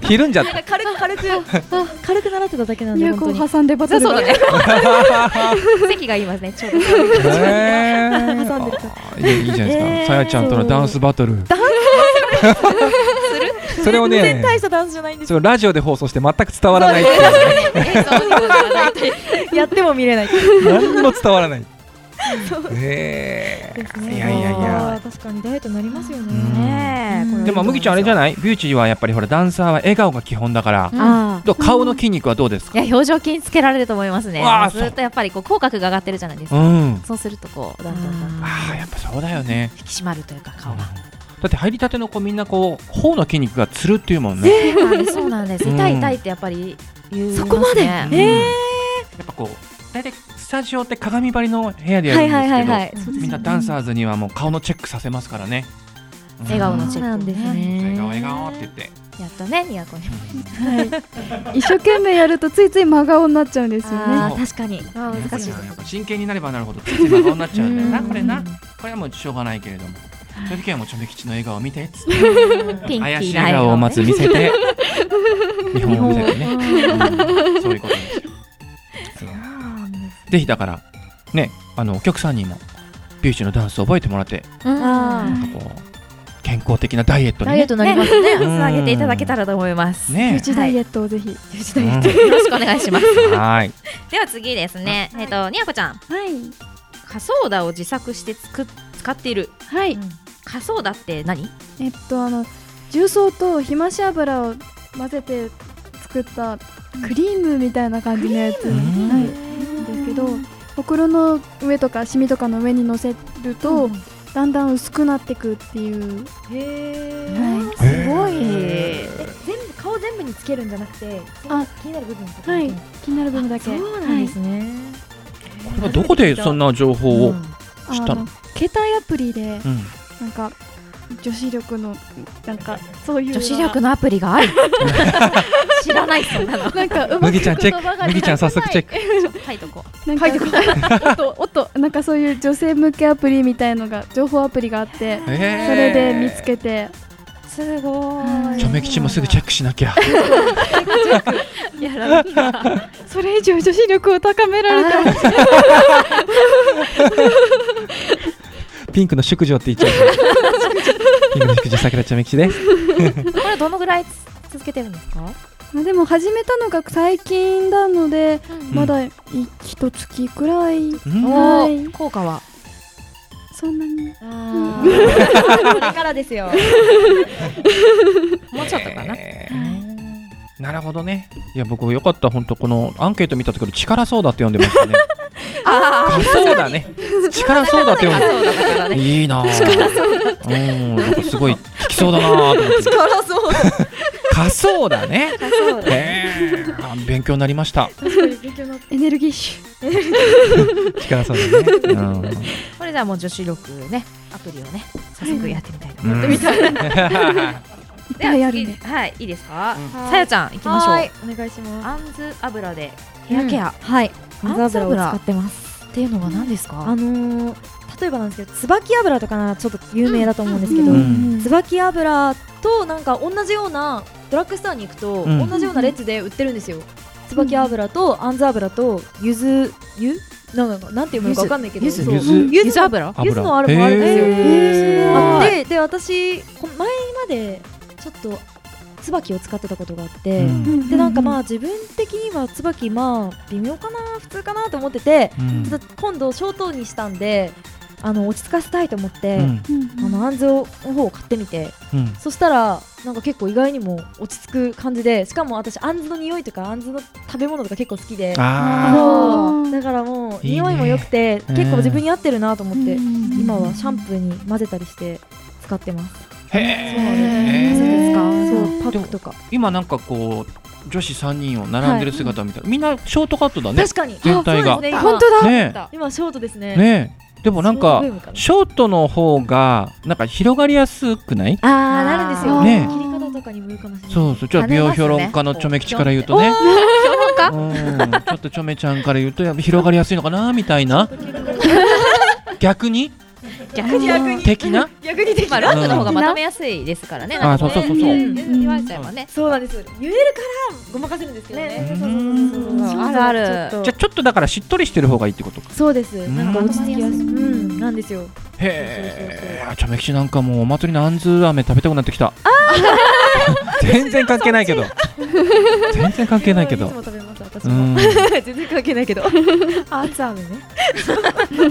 Speaker 2: とひるんじゃった
Speaker 4: 軽く軽く 軽く習ってただけなん
Speaker 3: に
Speaker 4: で
Speaker 3: ゃ
Speaker 4: 本
Speaker 3: こ
Speaker 4: 当
Speaker 3: を
Speaker 4: に
Speaker 3: 挟んでバ
Speaker 1: そ
Speaker 3: ト
Speaker 1: う
Speaker 3: ルが
Speaker 1: だね 席がいいますねちょうど
Speaker 2: へー
Speaker 4: 挟んでるか
Speaker 2: あーいやいいじゃないです
Speaker 4: え
Speaker 2: か。
Speaker 4: ー
Speaker 2: さやちゃんとのダンスバトル。それを
Speaker 4: 全然
Speaker 2: ね、
Speaker 4: 大したダンスじゃないんです
Speaker 2: そうラジオで放送して全く伝わらないっていう
Speaker 4: やっても見れない
Speaker 2: 何も伝わらない。へ
Speaker 4: です
Speaker 2: え。
Speaker 4: ね
Speaker 2: いやいやいや。
Speaker 4: 確かにダイエットになりますよ
Speaker 2: う
Speaker 4: ね
Speaker 2: ん
Speaker 1: ねえこれはいいと思いますよ
Speaker 2: でもむぎちゃんあれじゃない？ビューチーはやっぱりほらダンサーは笑顔が基本だから。
Speaker 4: あ
Speaker 2: どう顔の筋肉はどうですか？
Speaker 1: いや表情筋つけられると思いますね
Speaker 2: うわー
Speaker 1: ずっとやっぱりこう口角が上がってるじゃないです
Speaker 2: う
Speaker 1: か
Speaker 2: ん。
Speaker 1: そうするとこうだんだんだんだん
Speaker 4: あ
Speaker 2: ああやっぱそうだよね。
Speaker 1: 引き締まるというか顔が
Speaker 2: だって入りたての子みんなこう頬の筋肉がつるっていうもんね。
Speaker 1: そうなんです
Speaker 2: うん
Speaker 1: 痛い痛いってやっぱり言いますね
Speaker 4: そこまで
Speaker 2: うんやっぱこう大体スタジオって鏡張りの部屋でやるんです
Speaker 4: はい
Speaker 2: けど。
Speaker 4: はいはいはいそうです
Speaker 2: みんなダンサーズにはもう顔のチェックさせますからね。うん
Speaker 1: 笑顔のチェック
Speaker 4: そうなんですね
Speaker 2: 笑顔笑顔って言って。
Speaker 1: やっとねニヤコね
Speaker 3: 一生懸命やるとついつい真顔になっちゃうんですよね
Speaker 4: あー確かに
Speaker 1: あー 難しい
Speaker 2: やっぱ真剣になればなるほどついつい真顔になっちゃうんだよな
Speaker 4: うん
Speaker 2: これなこれはもうしょうがないけれども。ちょびきはもうちょび吉の笑顔を見てっつって
Speaker 1: ピンキーな
Speaker 2: 怪しい笑顔をまず見せて見本を見せてね、うんそういうことですよぜひだからねあのお客さんにもビューチのダンスを覚えてもらって
Speaker 4: あ
Speaker 2: なんかこう健康的なダイエットに
Speaker 4: ダイエ
Speaker 2: ね
Speaker 4: ットになりますね
Speaker 1: つなげていただけたらと思いますよ
Speaker 2: ね
Speaker 3: プチダイエットをぜひ
Speaker 2: うん
Speaker 1: ろしくお願いします
Speaker 2: はい。
Speaker 1: では次ですねえっとニヤコちゃん
Speaker 5: はい
Speaker 1: 仮想ダを自作して作っ使っている
Speaker 3: はい
Speaker 1: 仮想ダって何
Speaker 3: えっとあの重曹とひまし油を混ぜて作ったクリームみたいな感じのやつ
Speaker 2: ーム
Speaker 3: はいですけどほくろの上とかシミとかの上にのせると、だんだん薄くなってくっていう
Speaker 4: へ
Speaker 2: す
Speaker 4: ごい
Speaker 2: へ
Speaker 4: 全部顔全部につけるんじゃなくて
Speaker 3: あ
Speaker 4: 気になる部分とか
Speaker 3: はい気になる部分だけ
Speaker 4: そうなんですね
Speaker 2: これはどこでそんな情報を、
Speaker 3: はい
Speaker 2: 知ったの
Speaker 3: あの携帯アプリで
Speaker 2: うん
Speaker 3: なんか女子力のなんかそういう
Speaker 1: 女子力のアプリがある知らないそんなの
Speaker 3: なんかうまく
Speaker 2: 麦ちゃんチェ
Speaker 3: 言葉
Speaker 2: ッ
Speaker 3: が
Speaker 2: ク、
Speaker 3: 出
Speaker 2: 麦
Speaker 3: て
Speaker 2: ちゃん早速チェック。
Speaker 1: はいとこ
Speaker 3: なんかおっとおっとなんかそういう女性向けアプリみたいのが情報アプリがあって
Speaker 2: そ
Speaker 3: それで見つけて
Speaker 1: すご
Speaker 2: チョメ吉もすぐチェックしなきゃ。
Speaker 1: いやらきが
Speaker 3: それ以上女子力を高められても
Speaker 2: ピンクの淑女って言っちゃう。ピンクの淑女、桜チョメ吉です。
Speaker 1: これどのぐらいつ続けてるんですか
Speaker 3: まあでも始めたのが最近なので、
Speaker 2: ん
Speaker 3: まだい一月くらい、
Speaker 2: うん
Speaker 1: お
Speaker 3: はい
Speaker 1: ー効果は
Speaker 3: そんなに
Speaker 4: あーこれからですよ
Speaker 1: もうちょっとかな
Speaker 2: へ
Speaker 1: うん
Speaker 2: なるほどね。いや、僕、よかった、本当このアンケート見たところ、力そうだって読んでましたね。
Speaker 1: あ
Speaker 2: あ、そうだね。力そうだって読んで。いいなぁ。うん、なんかすごい、効きそうだなぁと思っ て。
Speaker 4: 辛そうだ。
Speaker 2: 仮想だね。へえあ勉強になりました。
Speaker 3: エネルギッシュ
Speaker 2: 力そうだね。うん
Speaker 1: これじゃあもう女子力ねアプリをね早速やってみたいと思い
Speaker 2: うん。みたい な。
Speaker 1: ます。では
Speaker 3: やるね
Speaker 1: 次はいいいですか
Speaker 2: う。ん
Speaker 1: さやちゃん行きましょ
Speaker 4: は
Speaker 1: う
Speaker 4: い。お願いします。
Speaker 1: アンズ油でヘアケア。
Speaker 4: はい。
Speaker 1: アンズ
Speaker 4: 油を
Speaker 1: 油
Speaker 4: 使ってます。
Speaker 1: っていうのは何です
Speaker 4: あ
Speaker 1: か。
Speaker 4: のー、例えばなんですけど、椿油とかならちょっと有名だと思うんですけ
Speaker 2: う
Speaker 4: ど、
Speaker 2: ん
Speaker 4: 椿油となんか同じようなドラッグストアに行くと、
Speaker 2: うん
Speaker 4: 同じようなレッツで売ってるんですよ。椿油と杏油と柚子柚なんかなんていうのかわかんないけど、
Speaker 1: 柚子
Speaker 4: そう
Speaker 2: 柚子
Speaker 4: 柚子の
Speaker 1: 油。
Speaker 4: ゆずのあるもあるんですよ。
Speaker 2: へー
Speaker 4: あってで私こ前までちょっと椿を使ってたことがあって、
Speaker 2: うん
Speaker 4: でなんかまあ自分的には椿まあ微妙かな普通かなと思ってて、
Speaker 2: うん
Speaker 4: ちょっと今度ショートにしたんであの落ち着かせたいと思って、
Speaker 2: うん
Speaker 4: あのアンズの方を買ってみて
Speaker 2: うん
Speaker 4: そしたらなんか結構意外にも落ち着く感じでしかも私アンズの匂いとかアンズの食べ物とか結構好きで
Speaker 2: あ
Speaker 4: そ
Speaker 5: あー
Speaker 4: うだからもう
Speaker 2: いいね
Speaker 4: 匂いも良くて
Speaker 2: うん
Speaker 4: 結構自分に合ってるなと思って、今はシャン
Speaker 5: プ
Speaker 4: プーに混ぜたりして使ってます。
Speaker 2: あ。へ
Speaker 1: へ
Speaker 2: え。
Speaker 1: ー
Speaker 4: そうパックとか。
Speaker 2: 今なんかこう女子三人を並んでる姿を見たら、みんなショートカットだね。
Speaker 4: 確かに。
Speaker 2: 全体が
Speaker 4: あそうですね今
Speaker 1: 本当だ。
Speaker 2: ね
Speaker 4: 今ショートですね。
Speaker 2: えねえ。でもなんか
Speaker 4: ショートブームかな
Speaker 2: ショートの方がなんか広がりやすくない？
Speaker 4: あーなるんですよ。
Speaker 2: ね
Speaker 4: 切り方とかにもよるかもしれない。
Speaker 2: そうそう。じゃあ美容評論家のちょめ吉から言うとね。
Speaker 1: 家
Speaker 2: うんちょっとちょめちゃんから言うとやっぱ広がりやすいのかなみたい な。逆に
Speaker 1: 逆に逆に。
Speaker 2: 的な？
Speaker 4: 逆にでき
Speaker 1: まあロングの方がまとめやすいですからね。
Speaker 2: あ
Speaker 1: なんか
Speaker 2: そう
Speaker 1: ね
Speaker 2: そうそうそう。
Speaker 1: う
Speaker 2: うん
Speaker 1: 言われちゃえばね。
Speaker 4: そうなんです。言えるからごまかせるんですけどね。
Speaker 2: ん
Speaker 4: そうそうそうそう
Speaker 1: あるある
Speaker 4: ちょっ
Speaker 2: じゃあ
Speaker 4: と
Speaker 2: ちょっとだからしっとりしてる方がいいってことか。
Speaker 4: そうです。
Speaker 2: ん
Speaker 4: なんか落ち着きやすい。うんなんですよ。
Speaker 2: へえ、ちょめきちなんかもうお祭りのあんず飴食べたくなってきた。 全然関係ないけど。全然関係ないけ
Speaker 4: い
Speaker 2: ど
Speaker 4: つ。も食べます私
Speaker 2: う
Speaker 4: も。
Speaker 2: ん、
Speaker 4: 全然関係ないけど。アーツ飴ね。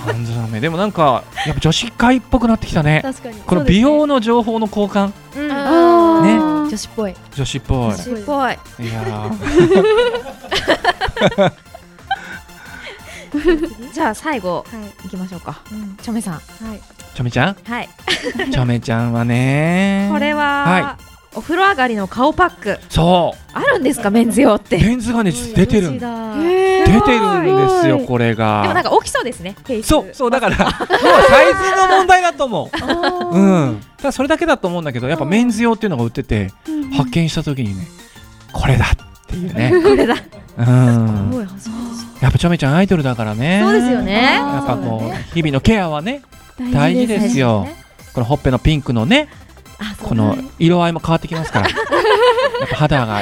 Speaker 2: あんず飴、でもなんか、やっぱ女子会っぽくなってきたね。
Speaker 4: 確かに。
Speaker 2: この美容の情報の交換、
Speaker 4: そうですね。うん
Speaker 1: あ
Speaker 2: ね
Speaker 4: 女子っぽい。
Speaker 2: 女子っぽ
Speaker 4: 女
Speaker 1: すごい。
Speaker 2: い。いやー、
Speaker 1: じゃあ最後
Speaker 4: はい。
Speaker 1: 行きましょうか。
Speaker 4: うん
Speaker 1: ちょめさん。
Speaker 4: はい。
Speaker 2: ちょめちゃん、
Speaker 1: はい。
Speaker 2: ちょめちゃんはね。
Speaker 1: これは
Speaker 2: は
Speaker 1: お風呂上がりの顔パック
Speaker 2: そ
Speaker 1: あるんですかメンズ用っ
Speaker 2: う、
Speaker 1: て。で
Speaker 2: レンズがね、出てるん。出
Speaker 4: え
Speaker 2: てるんですよ、これ
Speaker 1: もなん
Speaker 2: が。
Speaker 1: か大きそうですね。フェイス
Speaker 2: そう、そう、だから、もうサイズの問題だと思う。うん、ただそれだけだと思うんだけどやっぱメンズ用っていうのが売ってて、発見した時にねこれだっていうね、
Speaker 1: これだ。
Speaker 2: うん、
Speaker 4: ごい初めて知っ
Speaker 2: やっぱちょめちゃんアイドルだからね
Speaker 1: そうですよね。
Speaker 2: やっぱ
Speaker 4: そう
Speaker 2: こ
Speaker 4: だ
Speaker 2: う日々のケアはね大事で
Speaker 1: ですす
Speaker 2: よ
Speaker 1: よ
Speaker 2: このほっぺのピンクのね
Speaker 4: た。あそう
Speaker 2: この色合いも変わってきますから やっぱ肌が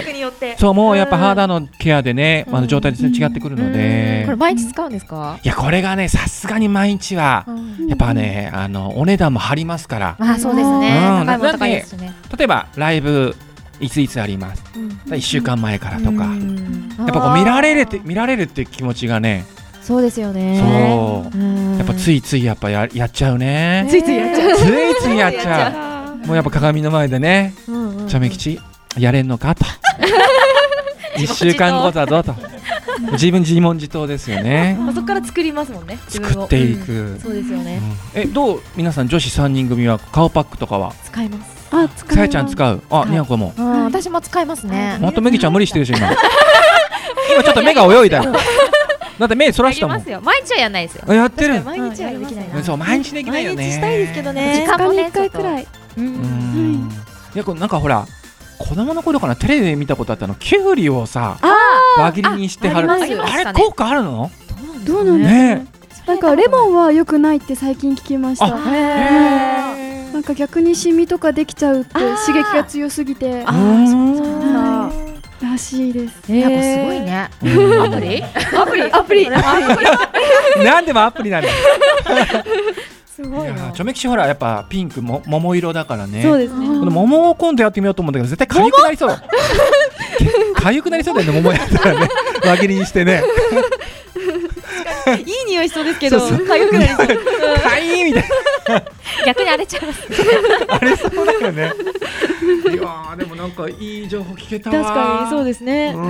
Speaker 2: そうもうやっぱ肌のケアでね、あの状態で全然違ってくるの
Speaker 1: う
Speaker 2: で
Speaker 1: んこれ毎日使うんですか。
Speaker 2: いやこれがねさすがに毎日はやっぱねあのお値段も張りますから
Speaker 1: あそうですね。
Speaker 2: うん
Speaker 1: 高いもの高いですしね。
Speaker 2: 例えばライブいついつあります
Speaker 4: うん
Speaker 2: 1週間前からとか、
Speaker 4: うん
Speaker 2: やっぱこう見られるって見られるって気持ちがね、
Speaker 4: そうですよね。
Speaker 2: そう
Speaker 4: うん
Speaker 2: やっぱついついやっぱややっちゃうね、
Speaker 4: ついついやっちゃ
Speaker 2: ついついやっちゃ
Speaker 1: あー
Speaker 2: うもうやっぱ鏡の前でね
Speaker 4: ううんうんう
Speaker 2: 「
Speaker 4: ん。
Speaker 2: ちょめきちやれんのか?」と「1週間後だぞ」と自分自問自答ですよね
Speaker 4: まあそこから作りますもんね。自分を
Speaker 2: 作っていく、
Speaker 4: うん
Speaker 2: うん
Speaker 4: そうですよね。
Speaker 2: えどう皆さん女子3人組は顔パックとかは
Speaker 4: 使います。
Speaker 5: あ使
Speaker 2: さやちゃん使うあ
Speaker 4: 使う
Speaker 2: にゃんこも
Speaker 1: うん私も使いますね。
Speaker 2: まためぎちゃん無理してるし今今ちょっと目が泳いだよだって目そらしたも
Speaker 1: やり
Speaker 2: ん
Speaker 1: ますよ。毎日はやんないですよ。
Speaker 2: あやってる
Speaker 4: 毎日はできない
Speaker 2: うん
Speaker 4: な。
Speaker 2: そう毎日できないよね
Speaker 4: 毎日したいですけどね。
Speaker 1: 時間も
Speaker 5: に
Speaker 1: ね
Speaker 5: 1回くらい
Speaker 2: うんいやこれなんかほら子供の頃かなテレビで見たことあったのキュウリをさ輪切りにして貼る
Speaker 1: ああります
Speaker 2: あれ効果あるの
Speaker 5: どうなんだ
Speaker 2: ね
Speaker 5: なんかレモンは良くないって最近聞きました
Speaker 2: あえ
Speaker 5: なんか逆にシミとかできちゃうって刺激が強すぎて
Speaker 1: あ
Speaker 2: うん
Speaker 1: あ
Speaker 5: らしいです
Speaker 1: ーやっぱすごいね。
Speaker 2: うん
Speaker 1: アプリ？
Speaker 4: アプリアプリ。
Speaker 2: なんでもアプリなんだい
Speaker 4: すごい
Speaker 2: や
Speaker 4: な。
Speaker 2: ちょめきしほらやっぱピンクも桃色だからね
Speaker 4: そうですね。
Speaker 2: この桃を今度やってみようと思うんだけど絶対痒くなりそう痒くなりそうだよね桃やったらね輪切りにしてね
Speaker 4: いい匂いしそうですけど、
Speaker 2: そうそ
Speaker 4: 痒くなりそう。
Speaker 2: かいみたいな
Speaker 1: 逆に荒れちゃいます。
Speaker 2: あれそうだよねいやーでもなんかいい情報聞けたわ
Speaker 4: 確かにそう
Speaker 2: で
Speaker 4: ですね
Speaker 2: う
Speaker 4: み
Speaker 2: ー
Speaker 4: ん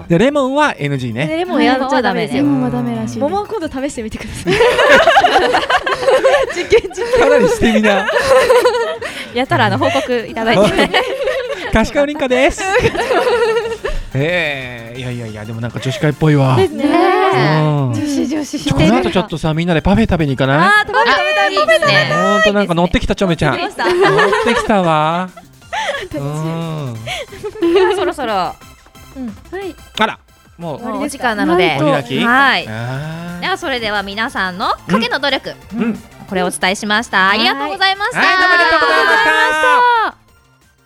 Speaker 2: ん
Speaker 4: な
Speaker 2: レモンは NG ね
Speaker 4: レモンやっちゃダメ
Speaker 3: レ
Speaker 4: で
Speaker 3: モンはダメらしい
Speaker 4: 桃は今度試してみてください 実験実
Speaker 2: かなり捨て身な
Speaker 1: やったらあの報告いただいて。
Speaker 2: 貸しかおりんか ですえー、いやいやいやでもなんか女子会っぽいわ、
Speaker 4: 験で
Speaker 2: う
Speaker 4: す
Speaker 5: ね
Speaker 4: ね
Speaker 2: ん、
Speaker 3: 女子女子
Speaker 2: ちょこの後ちょっとさみんなでパフェ食べに行かない
Speaker 4: あー食べた食べた食べた
Speaker 1: ね
Speaker 2: ほんとなんか乗ってきたちょめちゃん
Speaker 4: 食べ
Speaker 2: 乗
Speaker 4: ま
Speaker 2: っ
Speaker 4: した
Speaker 2: てきたわ うん
Speaker 1: そろそろ
Speaker 3: はい
Speaker 2: あらもう
Speaker 1: もうお時間なので
Speaker 2: お。開き
Speaker 1: はい。
Speaker 2: あ
Speaker 1: で
Speaker 2: ー
Speaker 1: はそれでは皆さんの影の努力、
Speaker 2: うんはい
Speaker 1: これをお伝えしました。ありがとうございまし
Speaker 2: ど
Speaker 1: た。
Speaker 2: うもありがとうございまし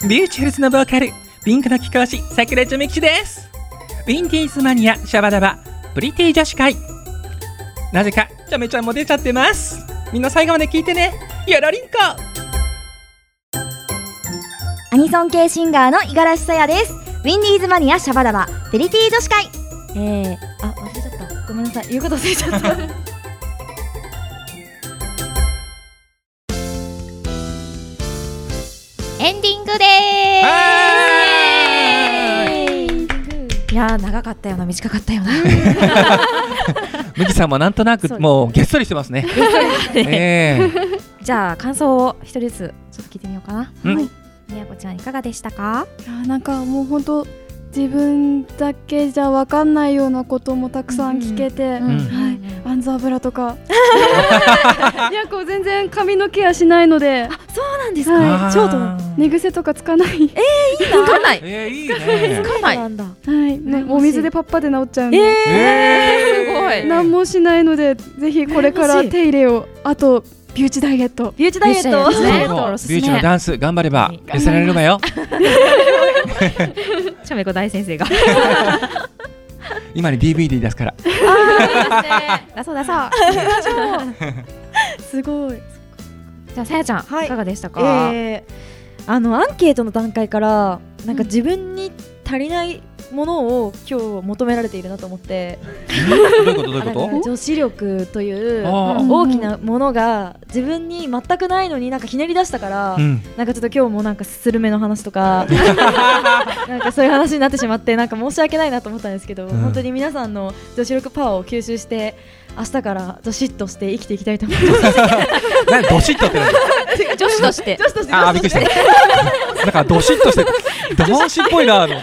Speaker 2: たビューチフルズのボーカルピンクの貴公子桜井ちょめきちですウィンディーズマニアシャバダバプリティ女子会なぜかちょめちゃんも出ちゃってますみんな最後まで聞いてねよろりんこ
Speaker 6: アニソン系シンガーの五十嵐さやです。ウィンディーズマニアシャバダバベリティ女子会。
Speaker 4: えー、あ忘れちゃったごめんなさい言うこと忘れちゃった
Speaker 1: エンディングで
Speaker 2: は
Speaker 1: す。いやー長かったような短かったような。
Speaker 2: 麦さんもなんとなくもうげっそりしてますねええ
Speaker 1: じゃあ感想を一人ずつちょっと聞いてみようかな。
Speaker 2: うん
Speaker 1: はい。みやこちゃんいかがでしたか？
Speaker 3: いやーなんかもう本当自分だけじゃわかんないようなこともたくさん聞けて、
Speaker 2: ん
Speaker 3: はい、アンズ油とか いやこう全然髪のケアしないので
Speaker 4: そうなんです
Speaker 3: はい
Speaker 2: あー
Speaker 3: 超と寝癖とかつかない
Speaker 1: つか ない。
Speaker 2: ええいい
Speaker 1: つ
Speaker 2: ね
Speaker 1: か
Speaker 4: そ
Speaker 1: な
Speaker 4: う
Speaker 1: い。
Speaker 4: なんだ
Speaker 3: はい、ね、
Speaker 4: 羨ましい
Speaker 3: お水でパッパで治っちゃうんで、
Speaker 2: え
Speaker 1: すごい
Speaker 3: 何もしないのでぜひこれから手入れをあとビューチダイエット
Speaker 4: ビューチダイエット
Speaker 1: ビューチダイエット
Speaker 2: もうビューチのダンス頑張れば痩せられるわよ
Speaker 1: ちゃめこ大先生が。
Speaker 2: 今に DVD 出すから
Speaker 1: だ そうだそう。
Speaker 4: すごい
Speaker 1: じゃあさやちゃん、
Speaker 4: はい
Speaker 1: い、かがでしたか？
Speaker 4: えー、あのアンケートの段階からなんか自分に足りないものを今日求められているなと思って
Speaker 2: どういうことどういう
Speaker 4: なん
Speaker 2: こ
Speaker 4: か女子力という
Speaker 2: あ
Speaker 3: ー
Speaker 4: 大きなものが自分に全くないのになんかひねり出したから、
Speaker 2: とうん
Speaker 4: なんかちょっと今日もなんかスルメの話とか なんかそういう話になってしまってなんか申し訳ないなと思ったんですけど、
Speaker 2: うん
Speaker 4: 本当に皆さんの女子力パワーを吸収して明日からどしっとして生きていきたいと思います。
Speaker 2: なんかどしっとってなんだ
Speaker 1: 女子として。
Speaker 4: 女子とし て
Speaker 2: あーびっくりしたなんかどしっとして男子っぽいなあのあ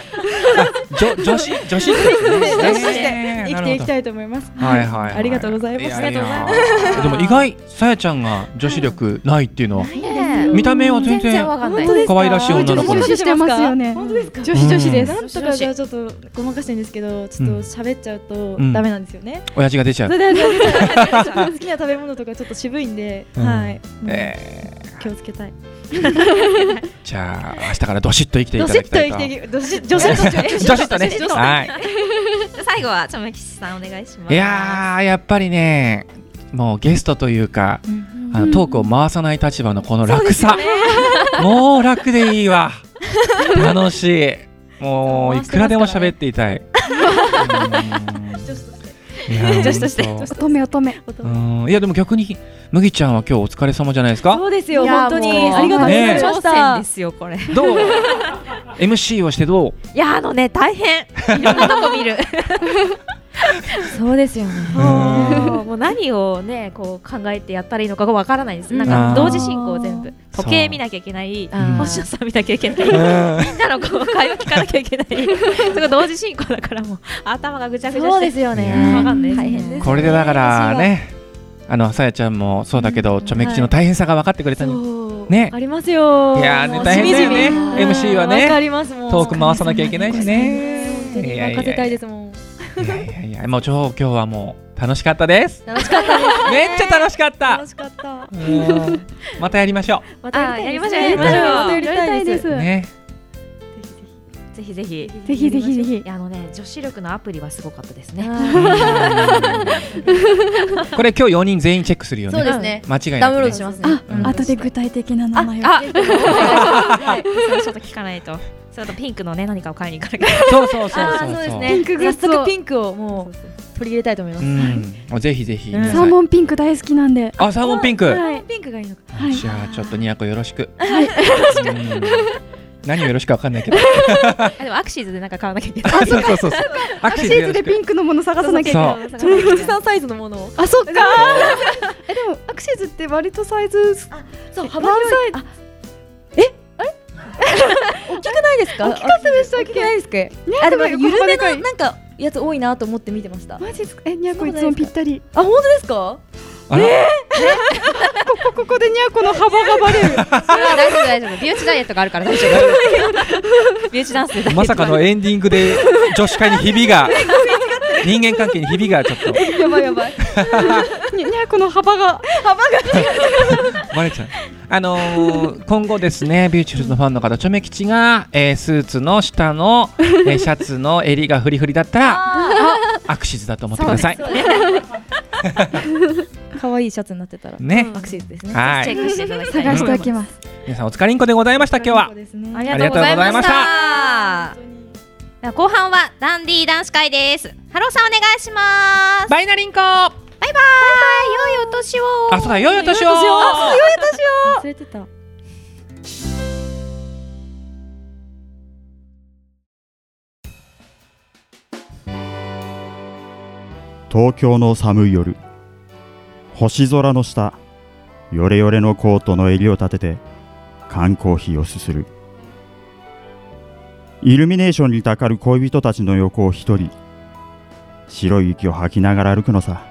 Speaker 2: 女女子女子女
Speaker 4: 女子として生きていき
Speaker 2: い
Speaker 4: たいと思います。
Speaker 2: はいはい
Speaker 4: ありがとうございます
Speaker 2: や
Speaker 4: ありがとうござい
Speaker 2: や でも意外さやちゃんが女子力ないっていうのは
Speaker 1: ねえ
Speaker 2: 見た目は全然
Speaker 1: わかんない。
Speaker 4: 本当ですか
Speaker 2: 可愛らしい女の子
Speaker 3: 女
Speaker 2: で
Speaker 3: 子女子してますよね
Speaker 4: 本当ですか
Speaker 3: 女子女子です、
Speaker 4: なんとかがちょっとごまかしてるんですけど、ちょっと喋っちゃうと
Speaker 2: うん
Speaker 4: ダメなんですよね。
Speaker 2: 親父が出ちゃう
Speaker 4: それで好きな食べ物とかちょっと渋いんで、
Speaker 2: うん
Speaker 4: はい、うん
Speaker 2: え
Speaker 4: 気をつけたい。
Speaker 2: ーじゃあ明日からどしっと生きてい
Speaker 4: ど
Speaker 2: た
Speaker 4: し
Speaker 2: だ
Speaker 4: っ
Speaker 2: き
Speaker 4: と
Speaker 2: たい
Speaker 4: 生
Speaker 2: と
Speaker 4: きていき、どし、どしっと生きていき
Speaker 2: 女子とねはい
Speaker 1: 最後はちょめきしさんお願いします。
Speaker 2: いやーやっぱりねもうゲストというか、あのトークを回さない立場のこの楽さ、もう楽でいいわ楽しいもういくらでも喋っていたい女
Speaker 4: 女子として
Speaker 2: 子として
Speaker 3: 乙女乙女
Speaker 2: うんいやでも逆に麦ちゃんは今日お疲れ様じゃないですか
Speaker 4: そうですよ、
Speaker 3: いや
Speaker 4: 本当
Speaker 3: も
Speaker 4: に。
Speaker 3: う
Speaker 4: ありがとうございま
Speaker 1: 挑
Speaker 4: し
Speaker 1: 戦
Speaker 4: た
Speaker 1: で。すよこれ。い
Speaker 2: どう MC をしてどう
Speaker 1: やあのね大変。いろんなとこ見る。そうですよね。もう何をねこう考えてやったらいいのかがわからないです。なんか
Speaker 2: あー
Speaker 1: 同時進行全部。時計見なきゃいけない。
Speaker 2: あー
Speaker 1: 星野さん見なきゃいけない。みんなのこう会話聞かなきゃいけない。そこ同時進行だからもう頭がぐちゃぐちゃ
Speaker 4: そう
Speaker 1: して
Speaker 4: ですよ
Speaker 2: い
Speaker 4: ね
Speaker 2: やー。
Speaker 1: わかんないです
Speaker 4: 大変です。
Speaker 2: これでだから。ねあのさやちゃんもそうだけど、ちょめきちの大変さが分かってくれたの、
Speaker 4: そう
Speaker 2: ね
Speaker 4: ありますよ。
Speaker 2: いやーね
Speaker 4: もう
Speaker 2: 大変だよね
Speaker 4: しみじみ
Speaker 2: MC はね
Speaker 4: わかりますもん。
Speaker 2: トーク回さなきゃいけないしね
Speaker 4: 本当に任せたいですもん。
Speaker 2: いやいやいや、もう超今日はもう楽しかったです。
Speaker 4: 楽しかったです。
Speaker 2: めっちゃ楽しかった
Speaker 4: 楽。しかった。
Speaker 2: うんまたやりましょ
Speaker 4: ま
Speaker 1: あーやりましょう
Speaker 4: や
Speaker 1: や
Speaker 4: り
Speaker 1: り
Speaker 4: ま
Speaker 1: ま
Speaker 4: し
Speaker 1: し
Speaker 4: ょ
Speaker 1: ょ
Speaker 4: う
Speaker 1: う。
Speaker 4: またやりたいです。
Speaker 2: う。ね。
Speaker 1: ぜひぜひ。
Speaker 3: ぜひぜひぜひ
Speaker 1: いやあのね女子力のアプリはすごかったですね。
Speaker 2: これ今日4人全員チェックするよね。
Speaker 7: そうですね。
Speaker 2: 間違い
Speaker 7: ダ
Speaker 2: な
Speaker 7: ウン
Speaker 2: く、
Speaker 7: ロー
Speaker 2: ね
Speaker 7: ド。しますね。
Speaker 3: あ
Speaker 2: うん
Speaker 3: 後で具体的な名前を
Speaker 1: あ、それ はちょっと聞かないと。それとピンクのね何かを買いに行かなきゃ。
Speaker 2: そうそうそうそう
Speaker 4: あ
Speaker 2: そ
Speaker 4: ー
Speaker 2: う。
Speaker 4: そうです
Speaker 3: ピ
Speaker 4: ね
Speaker 3: ンクグッ
Speaker 4: 早
Speaker 3: ズを
Speaker 4: 速ピンクをもう取り入れたいと思いま
Speaker 2: う
Speaker 4: す
Speaker 2: ん。ぜひぜひ。
Speaker 4: うん
Speaker 2: 皆
Speaker 3: サ
Speaker 2: さ
Speaker 3: ー
Speaker 2: ん
Speaker 3: モンピンク大好きなんで
Speaker 2: あ、サーモンピンク。
Speaker 3: はい
Speaker 4: ピンクがいいのか
Speaker 3: はい
Speaker 2: じゃあちょっとニヤコよろしく。うん何をよろしくわかんないけど。
Speaker 1: あでもアクシーズでなんか買わなきゃいけない。
Speaker 2: そう そうそうそう。ア
Speaker 3: シーズでピ
Speaker 2: ン
Speaker 3: ンクのもの探さなきゃいけな
Speaker 2: そ
Speaker 3: い
Speaker 4: 富士山サイズのものを
Speaker 3: あそっかえでもアクシーズって割とサイズ
Speaker 4: そう
Speaker 3: 幅広い
Speaker 4: あえあれ大きくないですか大きかったでしたっけないですかあでも
Speaker 3: 横
Speaker 4: 緩
Speaker 3: 幅
Speaker 4: め
Speaker 3: でか
Speaker 4: の
Speaker 3: い
Speaker 4: なんかやつ多いなと思って見てましたあ
Speaker 3: マジですかえニャコ
Speaker 4: そう
Speaker 3: い
Speaker 4: なんですか
Speaker 3: つもぴったり
Speaker 4: 本当ですか
Speaker 2: あら
Speaker 3: こここでニャコの幅がバレる
Speaker 1: それは大丈夫大丈夫。ビューチダイエットがあるから大丈夫。ビューチダンスで大丈夫。
Speaker 2: まさかのエンディングで女子会にひびが人間関係にひびがちょっと
Speaker 4: やばいやばい
Speaker 3: ニャコの幅が
Speaker 2: バレちゃう。あのー今後ですねビューチフルズのファンの方チョメ吉が、えースーツの下の、えーシャツの襟がフリフリだったらアクシズだと思ってください。
Speaker 4: 可愛いシャツになってたら
Speaker 2: ね、
Speaker 4: アクセスですね
Speaker 2: は
Speaker 1: チェ
Speaker 2: い
Speaker 1: ックしていただきたい。
Speaker 3: 探しておきます
Speaker 2: 皆さんお疲れんこでございました今日は
Speaker 4: そう。ですね
Speaker 1: ありがとうございました。では後半はダンディー男子会です。ハローさんお願いします。
Speaker 2: バイナリンコあ
Speaker 1: バイバイ。良いお年を。
Speaker 2: そうだ良いお年を
Speaker 4: 忘れてた
Speaker 8: 東京の寒い夜星空の下ヨレヨレのコートの襟を立てて缶コーヒーをすするイルミネーションにたかる恋人たちの横を一人白い息を吐きながら歩くのさ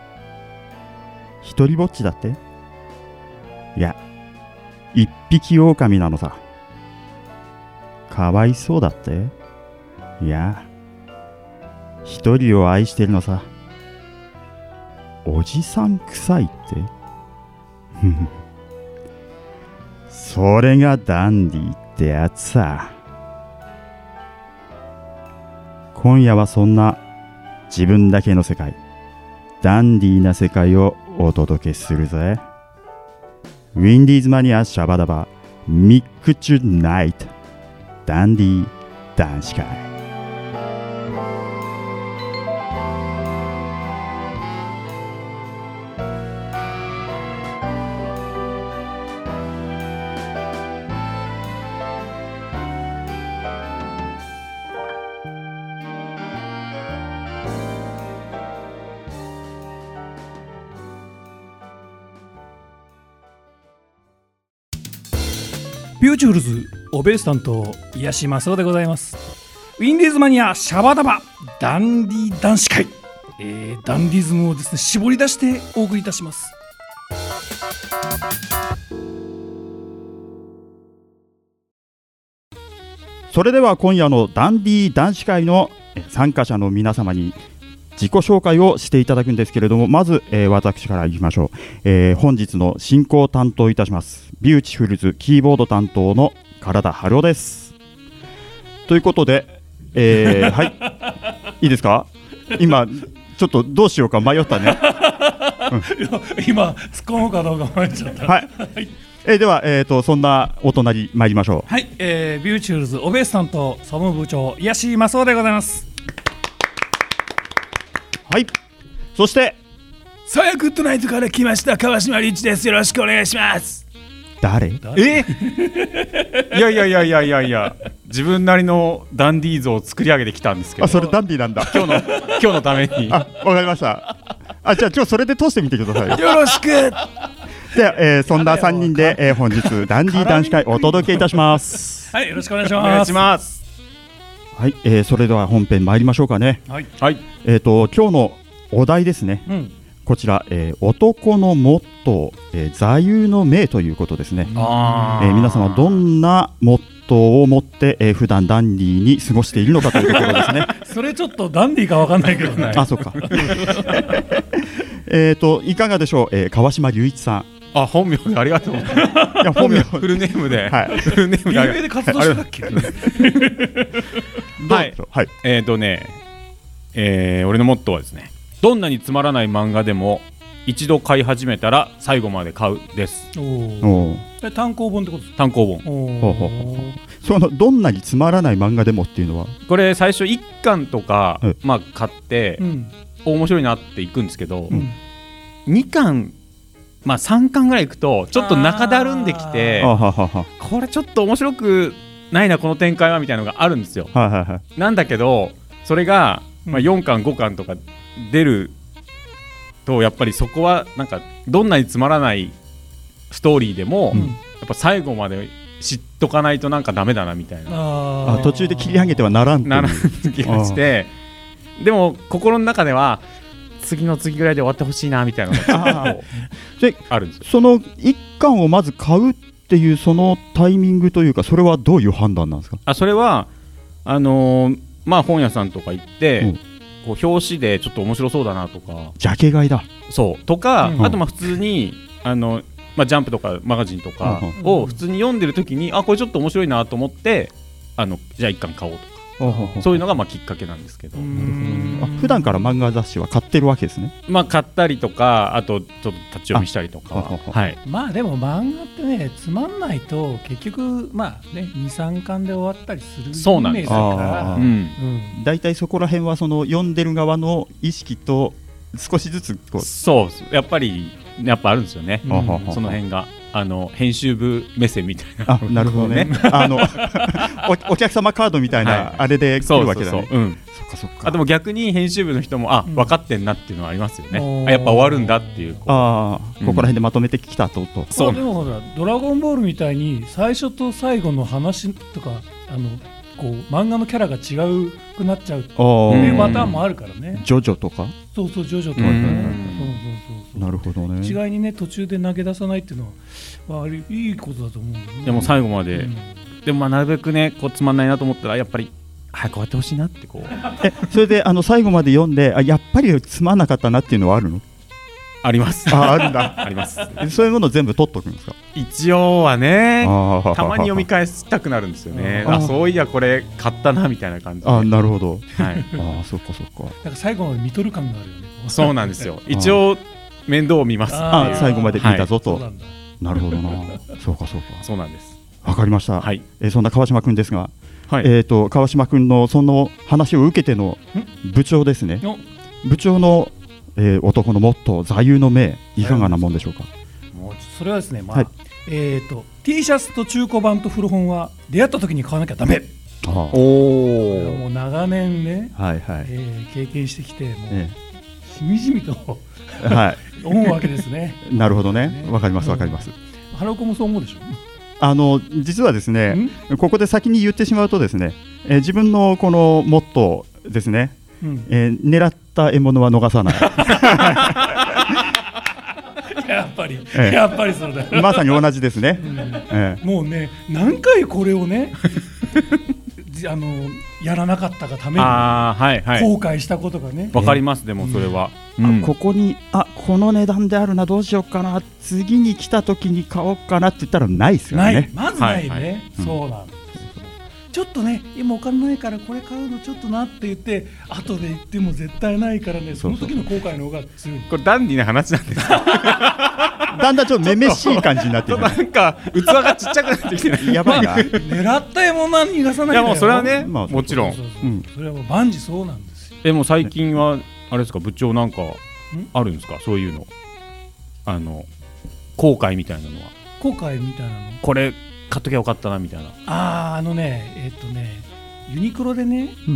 Speaker 8: 一人ぼっちだっていや一匹狼なのさかわいそうだっていや一人を愛してるのさおじさん臭いって ふふそれがダンディってやつさ今夜はそんな自分だけの世界ダンディーな世界をお届けするぜウィンディーズマニアシャバダバミックチュナイトダンディー男子会
Speaker 9: ビューチフルズオベース担当癒しマスオでございますウィンディーズマニアシャバダバダンディ男子会、えーダンディズムをですね絞り出してお送りいたします
Speaker 8: それでは今夜のダンディー男子会のえー参加者の皆様に自己紹介をしていただくんですけれどもまず、えー私からいきましょう、えー本日の進行を担当いたしますビューチフルズキーボード担当の唐田春夫ですということで、え ーはいいいですか今ちょっとどうしようか迷ったね
Speaker 9: 今突っ込もうかどうか迷っちゃった
Speaker 8: はい、えーでは、えー、とそんなお隣参りましょう
Speaker 9: はい、えービューチフルズオベース担当総務部長癒しマスオでございます
Speaker 8: はいそして
Speaker 9: さやグッドナイトから来ました川島隆一ですよろしくお願いします
Speaker 8: 誰
Speaker 10: えいやいやいやいやいやいや自分なりのダンディー像を作り上げてきたんですけど
Speaker 8: あそれダンディーなんだ今日の
Speaker 10: 今日のために
Speaker 8: あ、わかりました。あ、じゃあ今日それで通してみてください。
Speaker 9: よろしく
Speaker 8: では、えー、そんな三人で、えー、本日ダンディ男子会お届けいたします。
Speaker 9: はいよろしくお願いし
Speaker 10: お
Speaker 9: ます
Speaker 10: 願いします
Speaker 8: はい、えー、それでは本編参りましょうかね。
Speaker 9: はい
Speaker 10: はい
Speaker 8: えっ、と今日のお題ですね。
Speaker 9: うん
Speaker 8: こちら、えー、男のモットー、えー、座右の銘ということですね。
Speaker 10: あ
Speaker 8: えー、皆様どんなモットーを持って、えー、普段ダンディに過ごしているのかというところです ね。
Speaker 9: それちょっとダンディーかわかんないけどね
Speaker 8: あ、そうか。えっといかがでしょう、えー、川島隆一さん。
Speaker 10: あ本名でありがとう
Speaker 8: いや 本 名
Speaker 10: フルネームで、
Speaker 8: はい
Speaker 10: フルネームでありが
Speaker 9: 有名で活動してたっけ
Speaker 10: とうは
Speaker 8: はいいはい
Speaker 10: えーとね、えー俺のモットーはですねどんなにつまらない漫画でも一度買い始めたら最後まで買うです
Speaker 9: お
Speaker 8: お
Speaker 9: ー
Speaker 8: ー
Speaker 9: え単行本ってことですか
Speaker 10: 単行本
Speaker 9: おー
Speaker 8: ほうほうほうそのどんなにつまらない漫画でもっていうのは
Speaker 10: これ最初1巻とか、
Speaker 8: うん
Speaker 10: まあ、買って
Speaker 9: う、ん
Speaker 10: 面白いなっていくんですけど、
Speaker 9: うん
Speaker 10: 2巻まあ3巻ぐらいいくとちょっと中だるんできて
Speaker 8: あはははは
Speaker 10: これちょっと面白くないなこの展開はみたいなのがあるんですよ
Speaker 8: はいはいはい
Speaker 10: なんだけどそれが、まあ、
Speaker 9: うん
Speaker 10: 4巻5巻とか出るとやっぱりそこはなんかどんなにつまらないストーリーでも、
Speaker 8: うん
Speaker 10: やっぱ最後まで知っとかないとなんかダメだなみたいな
Speaker 9: あ
Speaker 8: あ途中で切り上げてはならんっていう
Speaker 10: ならん気がしてでも心の中では次の次ぐらいで終わってほしいなみたいなのが
Speaker 8: あで
Speaker 10: あるんですよ。
Speaker 8: その一巻をまず買うっていうそのタイミングというかそれはどういう判断なんですか
Speaker 10: あそれはあのーまあ本屋さんとか行って、
Speaker 8: うん
Speaker 10: こう表紙でちょっと面白そうだなとか
Speaker 8: ジャケ買いだ
Speaker 10: そうとか、
Speaker 9: うん
Speaker 10: あとまあ普通にあの、まあ、ジャンプとかマガジンとか
Speaker 9: うん
Speaker 10: を普通に読んでる時に、あこれちょっと面白いなと思ってあのじゃあ一巻買おうとかそういうのがまあきっかけなんですけど、
Speaker 8: あ普段から漫画雑誌は買ってるわけですね
Speaker 10: まあ買ったりとかあとちょっと立ち読みしたりとか
Speaker 8: あ
Speaker 10: は
Speaker 8: あ
Speaker 10: はい
Speaker 9: まあでも漫画ってねつまんないと結局まあね23巻で終わったりする
Speaker 10: そうなんで
Speaker 9: イ
Speaker 10: す
Speaker 9: メージだから
Speaker 8: あ
Speaker 10: う
Speaker 8: ー
Speaker 10: ん
Speaker 9: うん
Speaker 8: 大体そこら辺はその読んでる側の意識と少しずつこう
Speaker 10: そうやっぱりやっぱあるんですよね、
Speaker 9: うん
Speaker 8: あはは
Speaker 10: その辺があの編集部目線みたいな
Speaker 8: あなるほどねあ のおお客様カードみたい
Speaker 10: はい
Speaker 8: なあれで来
Speaker 10: そう
Speaker 8: る
Speaker 10: そ
Speaker 8: わ
Speaker 10: う
Speaker 8: けだ
Speaker 10: そう、
Speaker 8: ね
Speaker 10: うん、
Speaker 8: そっかそっか
Speaker 10: あでも逆に編集部の人もあ
Speaker 9: うん
Speaker 10: 分かってんなっていうのはありますよね、
Speaker 9: おー
Speaker 10: あやっぱ終わるんだっていうこう
Speaker 8: ああ
Speaker 10: う
Speaker 8: こ
Speaker 10: ん
Speaker 8: こら辺でまとめてきたとと
Speaker 10: そう
Speaker 9: まあでもほら「ドラゴンボール」みたいに最初と最後の話とかあのこう漫画のキャラが違うくなっちゃうって
Speaker 8: あ
Speaker 9: いう
Speaker 10: うん
Speaker 9: パターンもあるからね、
Speaker 8: ジョジョとか
Speaker 9: そうそうジョジョとかね、
Speaker 10: うん
Speaker 9: そうそうそうそう
Speaker 8: なるほどね
Speaker 9: 一概にね途中で投げ出さないっていうのはまああれいいことだと思うんだよね
Speaker 10: でも最後まで、
Speaker 9: うん
Speaker 10: でもまあなるべくねこうつまんないなと思ったらやっぱり早く終わってほしいなってこう
Speaker 8: えそれであの最後まで読んであやっぱりつまんなかったなっていうのはあるの
Speaker 10: あります
Speaker 8: ああるんだ
Speaker 10: あります
Speaker 8: そういうもの全部取っとくんですか
Speaker 10: 一応はねた
Speaker 8: た
Speaker 10: まに読み返したくなるんですよね
Speaker 8: あ
Speaker 10: あそういやこれ買ったなみたいな感じで
Speaker 8: あなるほど
Speaker 10: はい、
Speaker 8: ああそっかそっか
Speaker 9: なんか最後まで見とる感があるよね
Speaker 10: そうなんですよ一応面倒を見ます
Speaker 9: あ
Speaker 8: あ最後まで見たぞ
Speaker 9: そ
Speaker 8: と、
Speaker 9: うなんだ
Speaker 8: なるほど なそうかそうか
Speaker 10: そうなんです
Speaker 8: わかりました、
Speaker 10: はい
Speaker 8: えーそんな川島君ですが、
Speaker 10: はい、
Speaker 8: えっ、と川島君のその話を受けての部長ですね
Speaker 9: お
Speaker 8: 部長の、えー男のモットー座右の銘いかがなもんでしょうか
Speaker 9: もうそれはですねまあ、
Speaker 8: はい
Speaker 9: えっ、と T シャツと中古版と古本は出会った時に買わなきゃダメ
Speaker 8: ああ
Speaker 10: お
Speaker 9: これはも
Speaker 10: お
Speaker 9: う長年ね、
Speaker 8: はいはい、
Speaker 9: えー経験してきてもう
Speaker 8: え
Speaker 9: しみじみと
Speaker 8: えは
Speaker 9: 思うわけで すね
Speaker 8: いなるほどね
Speaker 9: ね
Speaker 8: わかりますわかります、
Speaker 9: ハロコもそう思うでしょ、
Speaker 8: あの実はですね
Speaker 9: ん
Speaker 8: ここで先に言ってしまうとですね、えー自分のこのモットーですね、
Speaker 9: うん、
Speaker 8: えー狙った獲物は逃さない
Speaker 9: やっぱり、
Speaker 8: ええ
Speaker 9: やっぱりそうだ、
Speaker 8: まさに同じですね。ええ
Speaker 9: もうね何回これ をねじあのやらなかったがために
Speaker 10: ああはいはい
Speaker 9: 後悔したことがね、
Speaker 10: わかりますでもそれは、うん
Speaker 8: ここに、あこの値段であるな、どうしようかな、次に来た時に買おうかなって言ったらないですよ
Speaker 9: ない、
Speaker 8: ね。
Speaker 9: まずないね、
Speaker 10: はいはい
Speaker 8: うん
Speaker 9: そうなんですよちょっとね今お金ないからこれ買うのちょっとなって言って後で言っても絶対ないからねその時の後悔の方が強い
Speaker 10: これダンディーな話なんですけ
Speaker 8: だんだんちょっとめめしい感じになって
Speaker 10: ど
Speaker 8: る
Speaker 10: な。んか器が ちっちゃくなってきてない
Speaker 8: やばいな。
Speaker 9: 狙った獲物は逃がさない
Speaker 10: いやもうそれはね、
Speaker 8: まあ
Speaker 10: もちろん
Speaker 9: そうそうそう
Speaker 8: うん
Speaker 9: それはもう万事そうなんですよ
Speaker 10: でも最近はあれですか部長なんかあるんですかそういうのあの後悔みたいなのは
Speaker 9: 後悔みたいなの
Speaker 10: これ買っときゃよかったなみたいな
Speaker 9: あああのねえっ、とねユニクロでね、
Speaker 8: うん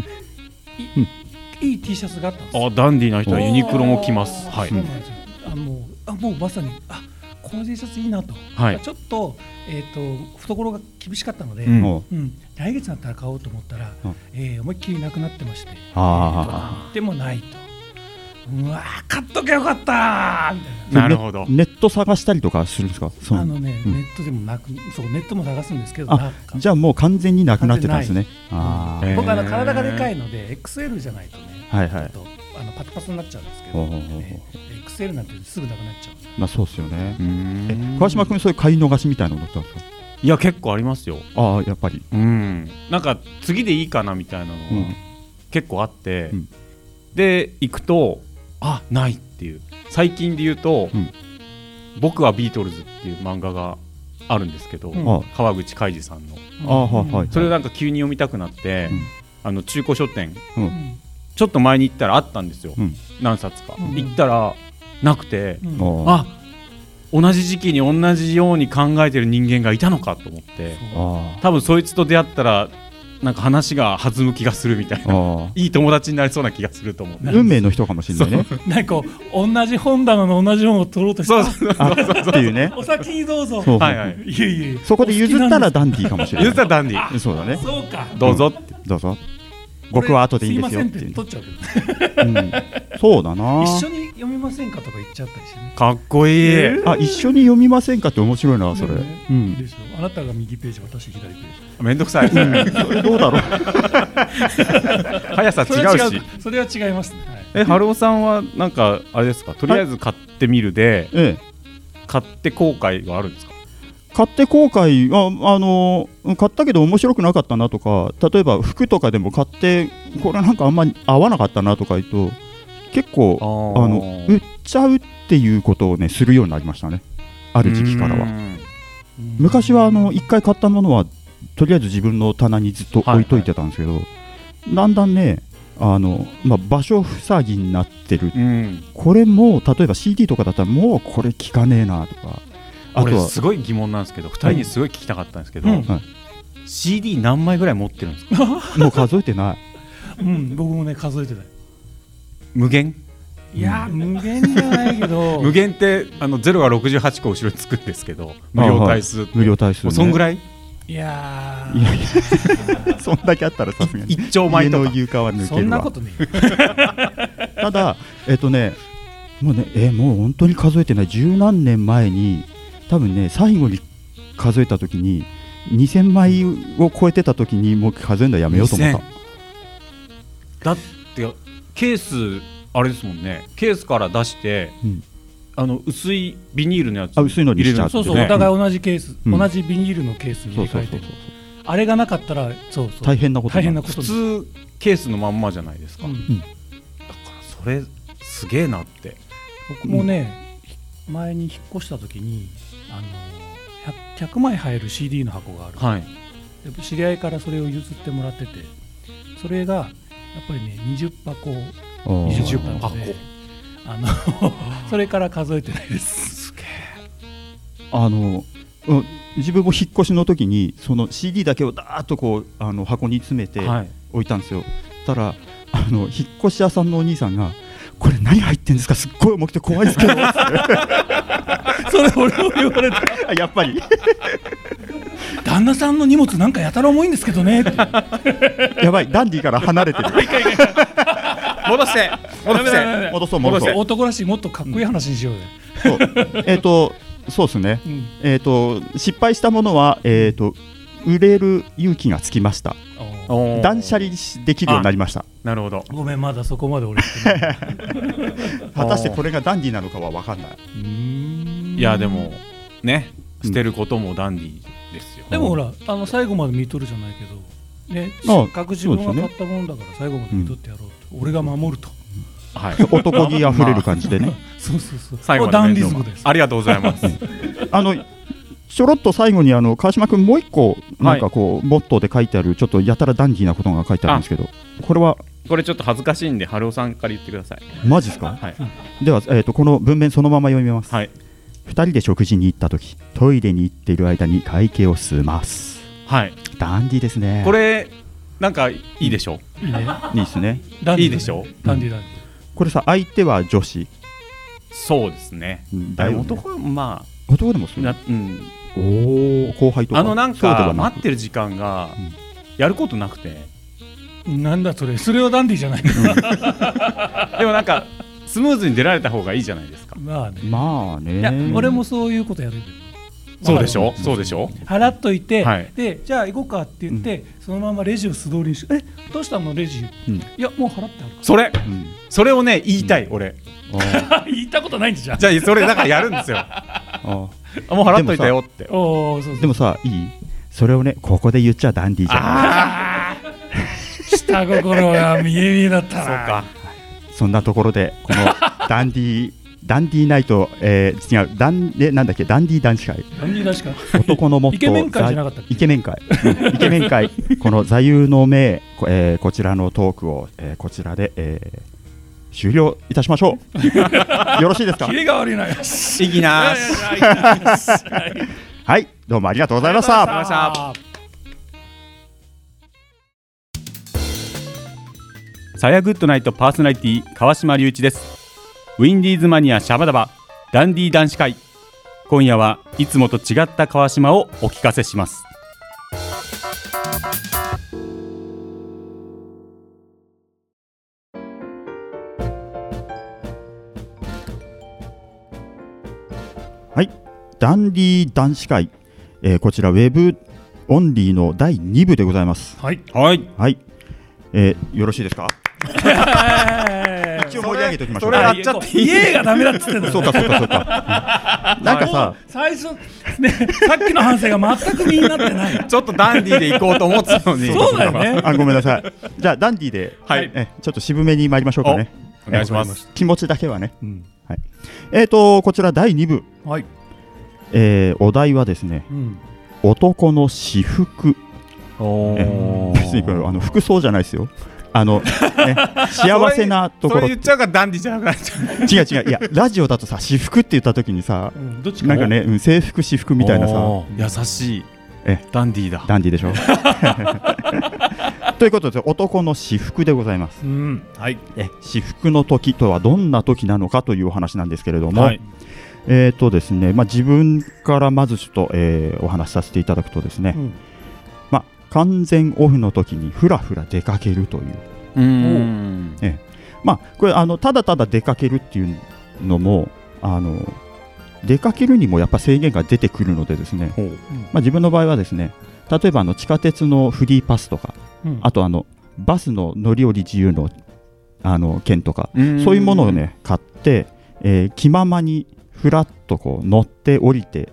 Speaker 9: いいい T シャツがあったんですよ
Speaker 10: あダンディーな人はユニクロも着ます
Speaker 9: おー
Speaker 10: はい
Speaker 9: そうなんですよあもうあもうまさにあこの T シャツいいなと、
Speaker 10: はい
Speaker 9: ちょっと,、えー、と懐が厳しかったので、
Speaker 10: う
Speaker 9: うんん
Speaker 8: もう
Speaker 9: 来月になったら買おうと思ったら、
Speaker 8: うん
Speaker 9: えー思いっきりなくなってまして
Speaker 8: あ
Speaker 9: でもないとうわー買っとけよかったーみたいな。
Speaker 10: なるほど
Speaker 8: ネネット探したりとかするんですかその
Speaker 9: あのね、
Speaker 8: うん
Speaker 9: ネットでもなくそうネットも探すんですけど
Speaker 8: あ
Speaker 9: なく
Speaker 8: じゃあもう完全になくなってたんですね。
Speaker 9: 完全
Speaker 8: あ
Speaker 10: ない
Speaker 8: ー
Speaker 9: 僕あの
Speaker 10: へー
Speaker 9: 体がでかいので XL じゃないとね
Speaker 8: はいはい
Speaker 9: ちょっとあのパツパツになっちゃうんですけ
Speaker 8: ほう
Speaker 9: ど
Speaker 8: ほうほうほう
Speaker 9: XL なんてすぐなくなっちゃうんですよ
Speaker 8: まあそうっすよね
Speaker 10: うーん
Speaker 8: え川島君そういう買い逃しみたいなことだったんです
Speaker 10: いや結構ありますよ
Speaker 8: かああやっぱり
Speaker 10: うんなんか次でいいかなみたいなの
Speaker 8: う
Speaker 10: が
Speaker 8: ん
Speaker 10: 結構あって、
Speaker 8: うん
Speaker 10: で行くとあないっていう最近で言うと、
Speaker 8: うん
Speaker 10: 僕はビートルズ」っていう漫画があるんですけど、
Speaker 8: ん
Speaker 10: 川口海二さんの
Speaker 8: ああはいはい
Speaker 10: それをなんか急に読みたくなって、
Speaker 8: うん
Speaker 10: あの中古書店、
Speaker 8: うん
Speaker 10: ちょっと前に行ったらあったんですよ、
Speaker 8: うん
Speaker 10: 何冊か、
Speaker 9: うん
Speaker 10: 行ったらなくて、
Speaker 9: うん
Speaker 8: あ
Speaker 10: あ同じ時期に同じように考えてる人間がいたのかと思って
Speaker 8: ああ
Speaker 10: 多分そいつと出会ったらなんか話が弾む気がするみたいな
Speaker 8: あ
Speaker 10: いい友達になりそうな気がすると思う
Speaker 8: あ運命の人かもしれないね
Speaker 9: なんかこう同じ本棚の同じ本を取ろうとして
Speaker 10: そう
Speaker 8: あっていうね
Speaker 9: お先にどうぞ
Speaker 8: そう
Speaker 10: はいはい
Speaker 9: いえいえ
Speaker 8: そこで譲ったら
Speaker 9: お好きなんで
Speaker 8: ダンディーかもしれ
Speaker 10: 言
Speaker 8: な
Speaker 10: ったらダンディ
Speaker 8: いそうだね
Speaker 9: すそうか
Speaker 10: どうぞって、
Speaker 8: どうぞ僕は後でいいですよっ
Speaker 9: こ
Speaker 8: て
Speaker 9: れす
Speaker 8: い
Speaker 9: いうませんって取っちゃうけど
Speaker 8: うんそうだな
Speaker 9: 一緒に読みませんかとか言っちゃったりしてね
Speaker 10: かっこいい、
Speaker 8: あ一緒に読みませんかって面白いなそれ
Speaker 9: ね
Speaker 8: うん
Speaker 9: でしょあなたが右ページ私左ページ
Speaker 10: めんどくさい、
Speaker 8: それどうだろう
Speaker 10: 速さ違
Speaker 9: それは
Speaker 10: うし
Speaker 9: かそれは違いますねはい
Speaker 10: え春尾さんはなんかあれですかとりあえず買ってみるで、
Speaker 8: ええ
Speaker 10: 買って後悔はあるんですか
Speaker 8: 買って後悔ああのうん買ったけど面白くなかったなとか例えば服とかでも買ってこれなんかあんまり合わなかったなとか言うと結構
Speaker 10: あ
Speaker 8: あの売っちゃうっていうことをねするようになりましたねある時期からは
Speaker 10: は
Speaker 8: 昔はあの一回買ったものはとりあえず自分の棚にずっと置いといてたんですけど、だんだんねあの、まあ、場所塞ぎになってる
Speaker 10: うん
Speaker 8: これも例えば CD とかだったらもうこれ聞かねえなとかあと
Speaker 10: 俺
Speaker 8: は
Speaker 10: すごい疑問なんですけど2人にすごい聞きたかったんですけど、
Speaker 9: うん
Speaker 8: はい
Speaker 10: CD 何枚ぐらい持ってるんですか
Speaker 8: もう数えてない
Speaker 9: うん僕もね数えてない
Speaker 10: 無限
Speaker 9: いや無限じゃない けど
Speaker 10: 無限ってあの0が68個後ろにつくんですけど無料回数って
Speaker 8: 無料対数、
Speaker 10: も
Speaker 8: ね、
Speaker 10: うそんぐ
Speaker 8: らい
Speaker 10: らい
Speaker 9: いや
Speaker 8: いやいや そんだけあったらさすがに
Speaker 10: 一丁
Speaker 8: 家
Speaker 10: 前と
Speaker 8: の
Speaker 10: か
Speaker 8: 床は
Speaker 9: ー
Speaker 8: 抜
Speaker 9: そ
Speaker 8: け
Speaker 9: ん
Speaker 8: る
Speaker 9: なこ
Speaker 8: わ
Speaker 9: とね
Speaker 8: ただえっとねもうねえもう本当に数えてない十何年前に多分ね最後に数えた時に2000枚を超えてた時にもう数えるのやめようと思った
Speaker 10: だってケースあれですもんねケースから出して、
Speaker 8: うん
Speaker 10: あの薄いビニールのやつ
Speaker 8: あ薄いのにしちゃう
Speaker 10: 入れるんです
Speaker 9: そ
Speaker 10: よ
Speaker 9: うそう、
Speaker 10: ね
Speaker 9: お互い同じケース、
Speaker 8: うん
Speaker 9: 同じビニールのケースに
Speaker 8: そ
Speaker 9: 入
Speaker 8: う
Speaker 9: れ
Speaker 8: そう
Speaker 9: 替え
Speaker 8: そう
Speaker 9: てる
Speaker 8: そう
Speaker 9: あれがなかったらそうそう
Speaker 8: 大変なこと
Speaker 9: 大
Speaker 8: に
Speaker 9: 変
Speaker 8: な
Speaker 9: な
Speaker 8: る
Speaker 9: こと
Speaker 10: 普
Speaker 9: に
Speaker 10: 通ケースのまんまじゃないですか、
Speaker 9: う
Speaker 10: だか
Speaker 9: ん
Speaker 10: らそれすげえなって
Speaker 9: 僕もね、ひ前に引っ越した時にあの 100, 100枚入る CD の箱がある、
Speaker 10: はい
Speaker 9: で知り合いからそれを譲ってもらっててそれがやっぱりね20箱
Speaker 8: あ
Speaker 9: 以
Speaker 8: ー
Speaker 9: 上だったのであのそれから数えてないです
Speaker 8: あの、うん自分も引っ越しの時にその CD だけをダーッとこうあの箱に詰めて
Speaker 10: はい
Speaker 8: 置いたんですよ、たらあの引っ越し屋さんのお兄さんがこれ何入ってんですかすっごい重くて怖いですけど
Speaker 9: それ俺も言われた
Speaker 8: やっぱりい
Speaker 9: 旦那さんの荷物なんかやたら重いんですけどねって
Speaker 8: やばいダンディから離れてる
Speaker 10: 戻して戻
Speaker 9: ダメダメ
Speaker 10: して
Speaker 9: ダメ
Speaker 8: 戻そう戻
Speaker 10: 戻
Speaker 8: そう
Speaker 10: せ
Speaker 9: 男らしいもっとかっこいい話にしようよ、
Speaker 8: そうえっ、とそうですね
Speaker 9: うん
Speaker 8: えっ、と失敗したものはえっ、と売れる勇気がつきました
Speaker 9: あ
Speaker 10: おー
Speaker 8: 断捨離しできるようになりました
Speaker 10: なるほど
Speaker 9: ごめんまだそこまで俺してない
Speaker 8: 果たしてこれがダンディなのかは分かんない、
Speaker 10: いやでもね捨てることもダンディですよ、
Speaker 9: でもほらあの最後まで見とるじゃないけどね
Speaker 8: ああ
Speaker 9: せっかく自分
Speaker 8: そう
Speaker 9: が
Speaker 8: ですよ
Speaker 9: 買ったものだから最後まで見とってやろうと、俺が守ると
Speaker 10: はい
Speaker 8: 男気あふれる感じでね
Speaker 9: そうそうそう
Speaker 10: 最後まで
Speaker 9: ダン
Speaker 10: 面
Speaker 9: ディ
Speaker 10: 倒
Speaker 9: ズ
Speaker 10: 見
Speaker 9: ムです
Speaker 10: ありがとうございます
Speaker 8: あのちょろっと最後にあの川島君もう一個なんかこう、モットーで書いてあるちょっとやたらダンディーなことが書いてあるんですけどこれは
Speaker 10: これちょっと恥ずかしいんで春尾さんから言ってください
Speaker 8: マジですか
Speaker 10: はい
Speaker 8: では、えー、とこの文面そのまま読みます、
Speaker 10: はい
Speaker 8: 二人で食事に行った時トイレに行っている間に会計を済ます
Speaker 10: はい
Speaker 8: ダンディーですね
Speaker 10: これなんかいいでしょ
Speaker 9: いいね
Speaker 8: いいですね
Speaker 9: ダンディーだね
Speaker 10: いいでしょ
Speaker 9: ダンディーダンデ
Speaker 8: これさ相手は女子
Speaker 10: そうですね
Speaker 8: だよね
Speaker 10: 男はま
Speaker 8: 男でもそ
Speaker 10: あ
Speaker 8: う
Speaker 10: なうん
Speaker 8: おお後輩とか
Speaker 10: あのなん
Speaker 8: そうで
Speaker 10: か
Speaker 8: はな
Speaker 10: 待っ
Speaker 8: く
Speaker 10: てる時間が
Speaker 8: うん
Speaker 10: やることなくて、
Speaker 9: ィーなんだそれそれはダンディーじゃないの
Speaker 10: でもなんかスムーズに出られた方がいいじゃないですか
Speaker 9: まあね、
Speaker 8: まあ
Speaker 9: いや
Speaker 8: ね
Speaker 9: 俺もそういうことやるけ
Speaker 10: そうでしょそうでしょ
Speaker 9: 払っといて、
Speaker 10: はい
Speaker 9: でじゃあ行こうかって言って、そのままレジを素通りにして「えどうしたのレジ」
Speaker 8: うん
Speaker 9: いやもう払ってあるか
Speaker 10: それ
Speaker 8: うん
Speaker 10: それをね言いたい俺
Speaker 8: おー
Speaker 9: ら言ったことないんじゃん
Speaker 10: じゃあそれだからやるん ですよあ
Speaker 8: お
Speaker 10: もう払っといたよって
Speaker 9: おおそう
Speaker 8: ー
Speaker 9: そ
Speaker 8: で
Speaker 9: う
Speaker 8: もさいいそれをねここで言っちゃダンディーじゃない
Speaker 9: 下心が見え見えだったな
Speaker 10: そうか
Speaker 8: そんなところでこのダンディーダンディーナイト、えー、違うダンえなんだっけダンディー男子会
Speaker 9: 何人だしか
Speaker 8: 男のモットー
Speaker 9: イケメン会じゃなかったっけ
Speaker 8: イケメン会うんイケメン会この座右の銘、こえーこちらのトークを、えーこちらで、えー終了いたしましょうよろしいですか
Speaker 9: キレが悪いなよ
Speaker 10: いきなーし
Speaker 8: はいどうもありがとうございまし
Speaker 9: さ
Speaker 8: た
Speaker 9: あ
Speaker 10: さやグッドナイトパーソナリティ川島隆一ですウィンディーズマニアシャバダバダンディー男子会今夜はいつもと違った川島をお聞かせします
Speaker 8: はい、ダンディー男子会、えーこちらウェブオンリーの第2部でございます。
Speaker 9: はい
Speaker 10: はい
Speaker 8: はい、えーよろしいですか？一応盛り上げておきましょう。
Speaker 10: や
Speaker 8: あ
Speaker 10: っちゃっていい
Speaker 9: 家がダメだっつってんだ
Speaker 8: そうかそうかそうか。うんなんかさ、
Speaker 9: 最初ねさっきの反省が全く身になってない
Speaker 10: ちょっとダンディーで行こうと思ってたのに
Speaker 9: そうだよね
Speaker 8: あごめんなさい。じゃあダンディーで、
Speaker 10: はい
Speaker 8: えちょっと渋めに参りましょうかね。
Speaker 10: お願いします
Speaker 8: えー気持ちだけはね。はい。えっ、とこちら第2部、
Speaker 9: はい、
Speaker 8: えーお題はですね、
Speaker 9: うん、
Speaker 8: 男の私服。えー別にこれあの服装じゃないですよ。あ の、ね、幸せなとこ
Speaker 10: そ
Speaker 8: ろ
Speaker 10: れ言っちゃうからダンディーじゃなくなっちゃう
Speaker 8: 違う違ういやラジオだとさ私服って言った時にさ
Speaker 9: うん、どっちか
Speaker 8: なんかね、うん制服私服みたいなさ
Speaker 10: おー優しい
Speaker 8: え
Speaker 10: ダンディーだ
Speaker 8: ダンディーでし ょ ということで男の私服でございます
Speaker 9: うんはい
Speaker 8: え私服の時とはどんな時なのかというお話なんですけれども、
Speaker 10: はい
Speaker 8: えっ、とですね、まあ、自分からまずちょっと、えーお話しさせていただくとですね、
Speaker 9: うん
Speaker 8: まあ、完全オフの時にふらふら出かけるという
Speaker 10: うーん
Speaker 8: まあこれあのただただ出かけるっていうのもあの出かけるにもやっぱ制限が出てくるのでですね、
Speaker 10: ほう
Speaker 8: まあ、自分の場合はですね例えばあの地下鉄のフリーパスとか、
Speaker 9: うん
Speaker 8: あとあのバスの乗り降り自由のあの券とか、
Speaker 10: うーん
Speaker 8: そういうものをね買って、えー気ままにふらっとこう乗って降りて